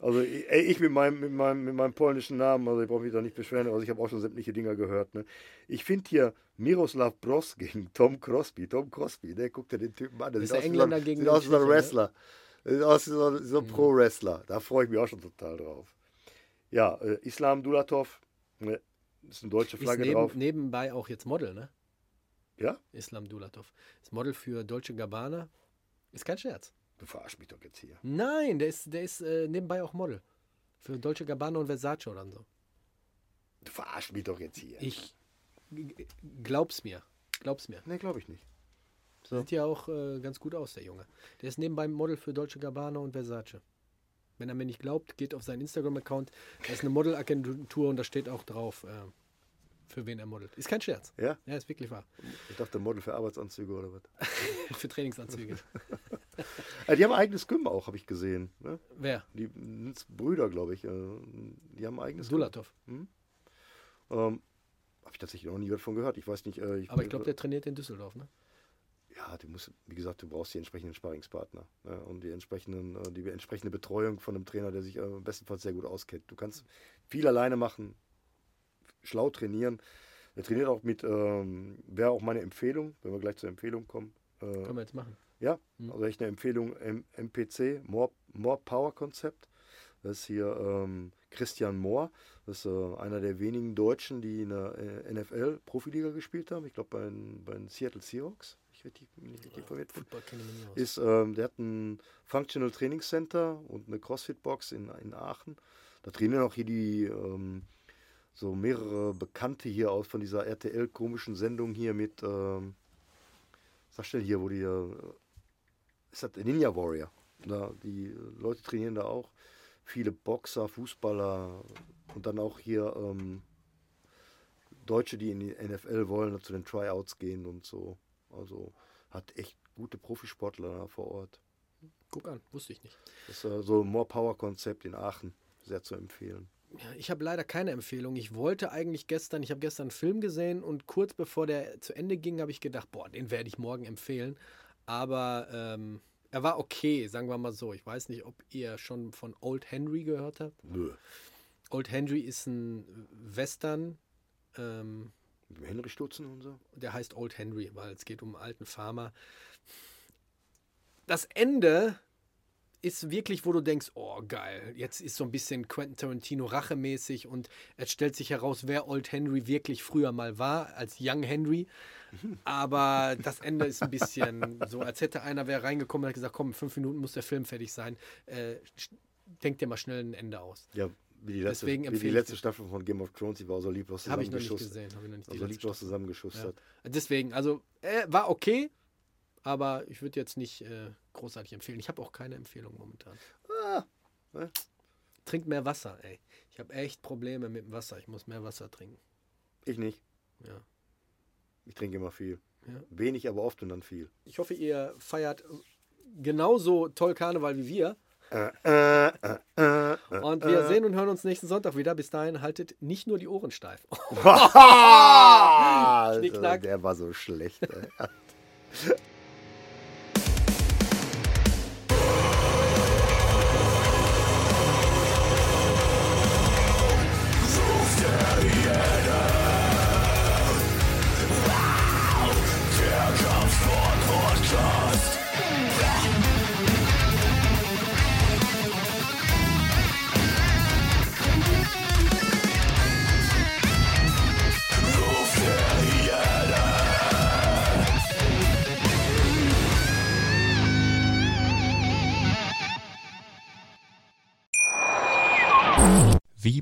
Speaker 3: Also i- ey, ich mit meinem, mit, meinem, mit meinem polnischen Namen, also ich brauche mich da nicht beschweren, also ich habe auch schon sämtliche Dinger gehört. Ne? Ich finde hier Miroslav Bros gegen *laughs* Tom Crosby. Tom Crosby, ne, guck dir den Typen an. Der
Speaker 4: Das
Speaker 3: sieht aus
Speaker 4: ist der
Speaker 3: wie so ein-
Speaker 4: Engländer gegen
Speaker 3: Sieht
Speaker 4: den
Speaker 3: aus wie so ein
Speaker 4: Tschechen, ne? Mhm.
Speaker 3: Wrestler. Sieht aus wie so ein, so ein Pro-Wrestler. Da freue ich mich auch schon total drauf. Ja, äh, Islam Dulatov, ne, ist eine deutsche
Speaker 4: Ist
Speaker 3: Flagge
Speaker 4: neben, ne-
Speaker 3: drauf.
Speaker 4: nebenbei auch jetzt Model, ne?
Speaker 3: Ja?
Speaker 4: Islam Dulatov. Ist Model für Dolce Gabbana. Ist kein Scherz.
Speaker 3: Du verarsch mich doch jetzt hier.
Speaker 4: Nein, der ist, der ist äh, nebenbei auch Model. Für Dolce Gabbana und Versace oder so.
Speaker 3: Du verarsch mich doch jetzt hier.
Speaker 4: Ich glaub's mir. Glaub's mir.
Speaker 3: Ne, glaube ich nicht.
Speaker 4: So. Sieht ja auch äh, ganz gut aus, der Junge. Der ist nebenbei Model für Dolce Gabbana und Versace. Wenn er mir nicht glaubt, geht auf seinen Instagram-Account. Da ist eine Modelagentur und da steht auch drauf, äh, für wen er modelt. Ist kein Scherz.
Speaker 3: Ja?
Speaker 4: Ja, ist wirklich wahr.
Speaker 3: Ich dachte, Model für Arbeitsanzüge oder was.
Speaker 4: für Trainingsanzüge.
Speaker 3: Ah, die haben ein eigenes Gym auch, habe ich gesehen. Ne?
Speaker 4: Wer?
Speaker 3: Die sind's Brüder, glaube ich. äh, Die haben ein eigenes Gym.
Speaker 4: Dulatov.
Speaker 3: Ähm, habe ich tatsächlich noch nie was von gehört. Ich weiß nicht. Äh,
Speaker 4: Aber ich glaube, der trainiert in Düsseldorf, ne?
Speaker 3: Ja, du musst, wie gesagt, du brauchst die entsprechenden Sparringspartner ne? und die, entsprechenden, äh, die entsprechende Betreuung von einem Trainer, der sich äh, bestenfalls sehr gut auskennt. Du kannst viel alleine machen, schlau trainieren. Er trainiert auch mit, ähm, wäre auch meine Empfehlung, wenn wir gleich zur Empfehlung kommen. Äh,
Speaker 4: Können wir jetzt machen. Hm.
Speaker 3: ja, also echt eine Empfehlung, M MPC, More, More Power Konzept. Das ist hier ähm, Christian Mohr. Das ist äh, einer der wenigen Deutschen, die in der äh, NFL-Profiliga gespielt haben. Ich glaube, bei, den- bei den Seattle Seahawks. wenn Ich richtig, bin nicht richtig verwirrt.
Speaker 4: Football kenne ich mich nicht aus.
Speaker 3: Ist, ähm, der hat ein Functional Training Center und eine CrossFit-Box in, in Aachen. Da trainieren auch hier die ähm, so mehrere Bekannte hier aus von dieser RTL-komischen Sendung hier mit, ähm, sag schnell hier, wo die, äh, ist das Ninja Warrior? Da, die äh, Leute trainieren da auch. Viele Boxer, Fußballer und dann auch hier ähm, Deutsche, die in die NFL wollen, zu den Tryouts gehen und so. Also hat echt gute Profisportler da vor Ort.
Speaker 4: Guck an, wusste ich nicht.
Speaker 3: Das ist äh, so ein More Power Konzept in Aachen, sehr zu empfehlen.
Speaker 4: Ja, ich habe leider keine Empfehlung. Ich wollte eigentlich gestern, ich habe gestern einen Film gesehen und kurz bevor der zu Ende ging, habe ich gedacht, boah, den werde ich morgen empfehlen. Aber ähm, er war okay, sagen wir mal so. Ich weiß nicht, ob ihr schon von Old Henry gehört habt.
Speaker 3: Nö.
Speaker 4: Old Henry ist ein Western, ähm,
Speaker 3: Henry Stutzen und so.
Speaker 4: der heißt Old Henry, weil es geht um einen alten Farmer. Das Ende ist wirklich, wo du denkst, oh geil, jetzt ist so ein bisschen Quentin Tarantino rachemäßig und es stellt sich heraus, wer Old Henry wirklich früher mal war als Young Henry. Aber das Ende ist ein bisschen so, als hätte einer wer reingekommen und hat gesagt, komm, in fünf Minuten muss der Film fertig sein. Äh, sch- denk dir mal schnell ein Ende aus.
Speaker 3: Ja, wie die letzte,
Speaker 4: Deswegen
Speaker 3: wie die
Speaker 4: empfehle ich
Speaker 3: letzte
Speaker 4: den.
Speaker 3: Staffel von Game of Thrones, die war so lieb, was
Speaker 4: Habe ich noch nicht
Speaker 3: zusammengeschustert.
Speaker 4: gesehen. Hab ich noch nicht die
Speaker 3: Also
Speaker 4: letzte
Speaker 3: lieb, was
Speaker 4: Staffel.
Speaker 3: zusammengeschustert.
Speaker 4: Deswegen, also äh, war okay, aber ich würde jetzt nicht äh, großartig empfehlen. Ich habe auch keine Empfehlung momentan.
Speaker 3: Ah, ne?
Speaker 4: Trinkt mehr Wasser, ey. Ich habe echt Probleme mit dem Wasser. Ich muss mehr Wasser trinken.
Speaker 3: Ich nicht.
Speaker 4: Ja.
Speaker 3: Ich trinke immer viel.
Speaker 4: Ja.
Speaker 3: Wenig, aber oft und dann viel.
Speaker 4: Ich hoffe, ihr feiert genauso toll Karneval wie wir.
Speaker 3: Äh, äh, äh, äh, äh. *laughs*
Speaker 4: *laughs* Und wir sehen und hören uns nächsten Sonntag wieder. Bis dahin haltet nicht nur die Ohren steif.
Speaker 3: Ah,
Speaker 4: Knickknack.
Speaker 3: der war so schlecht. Ey.
Speaker 5: Wie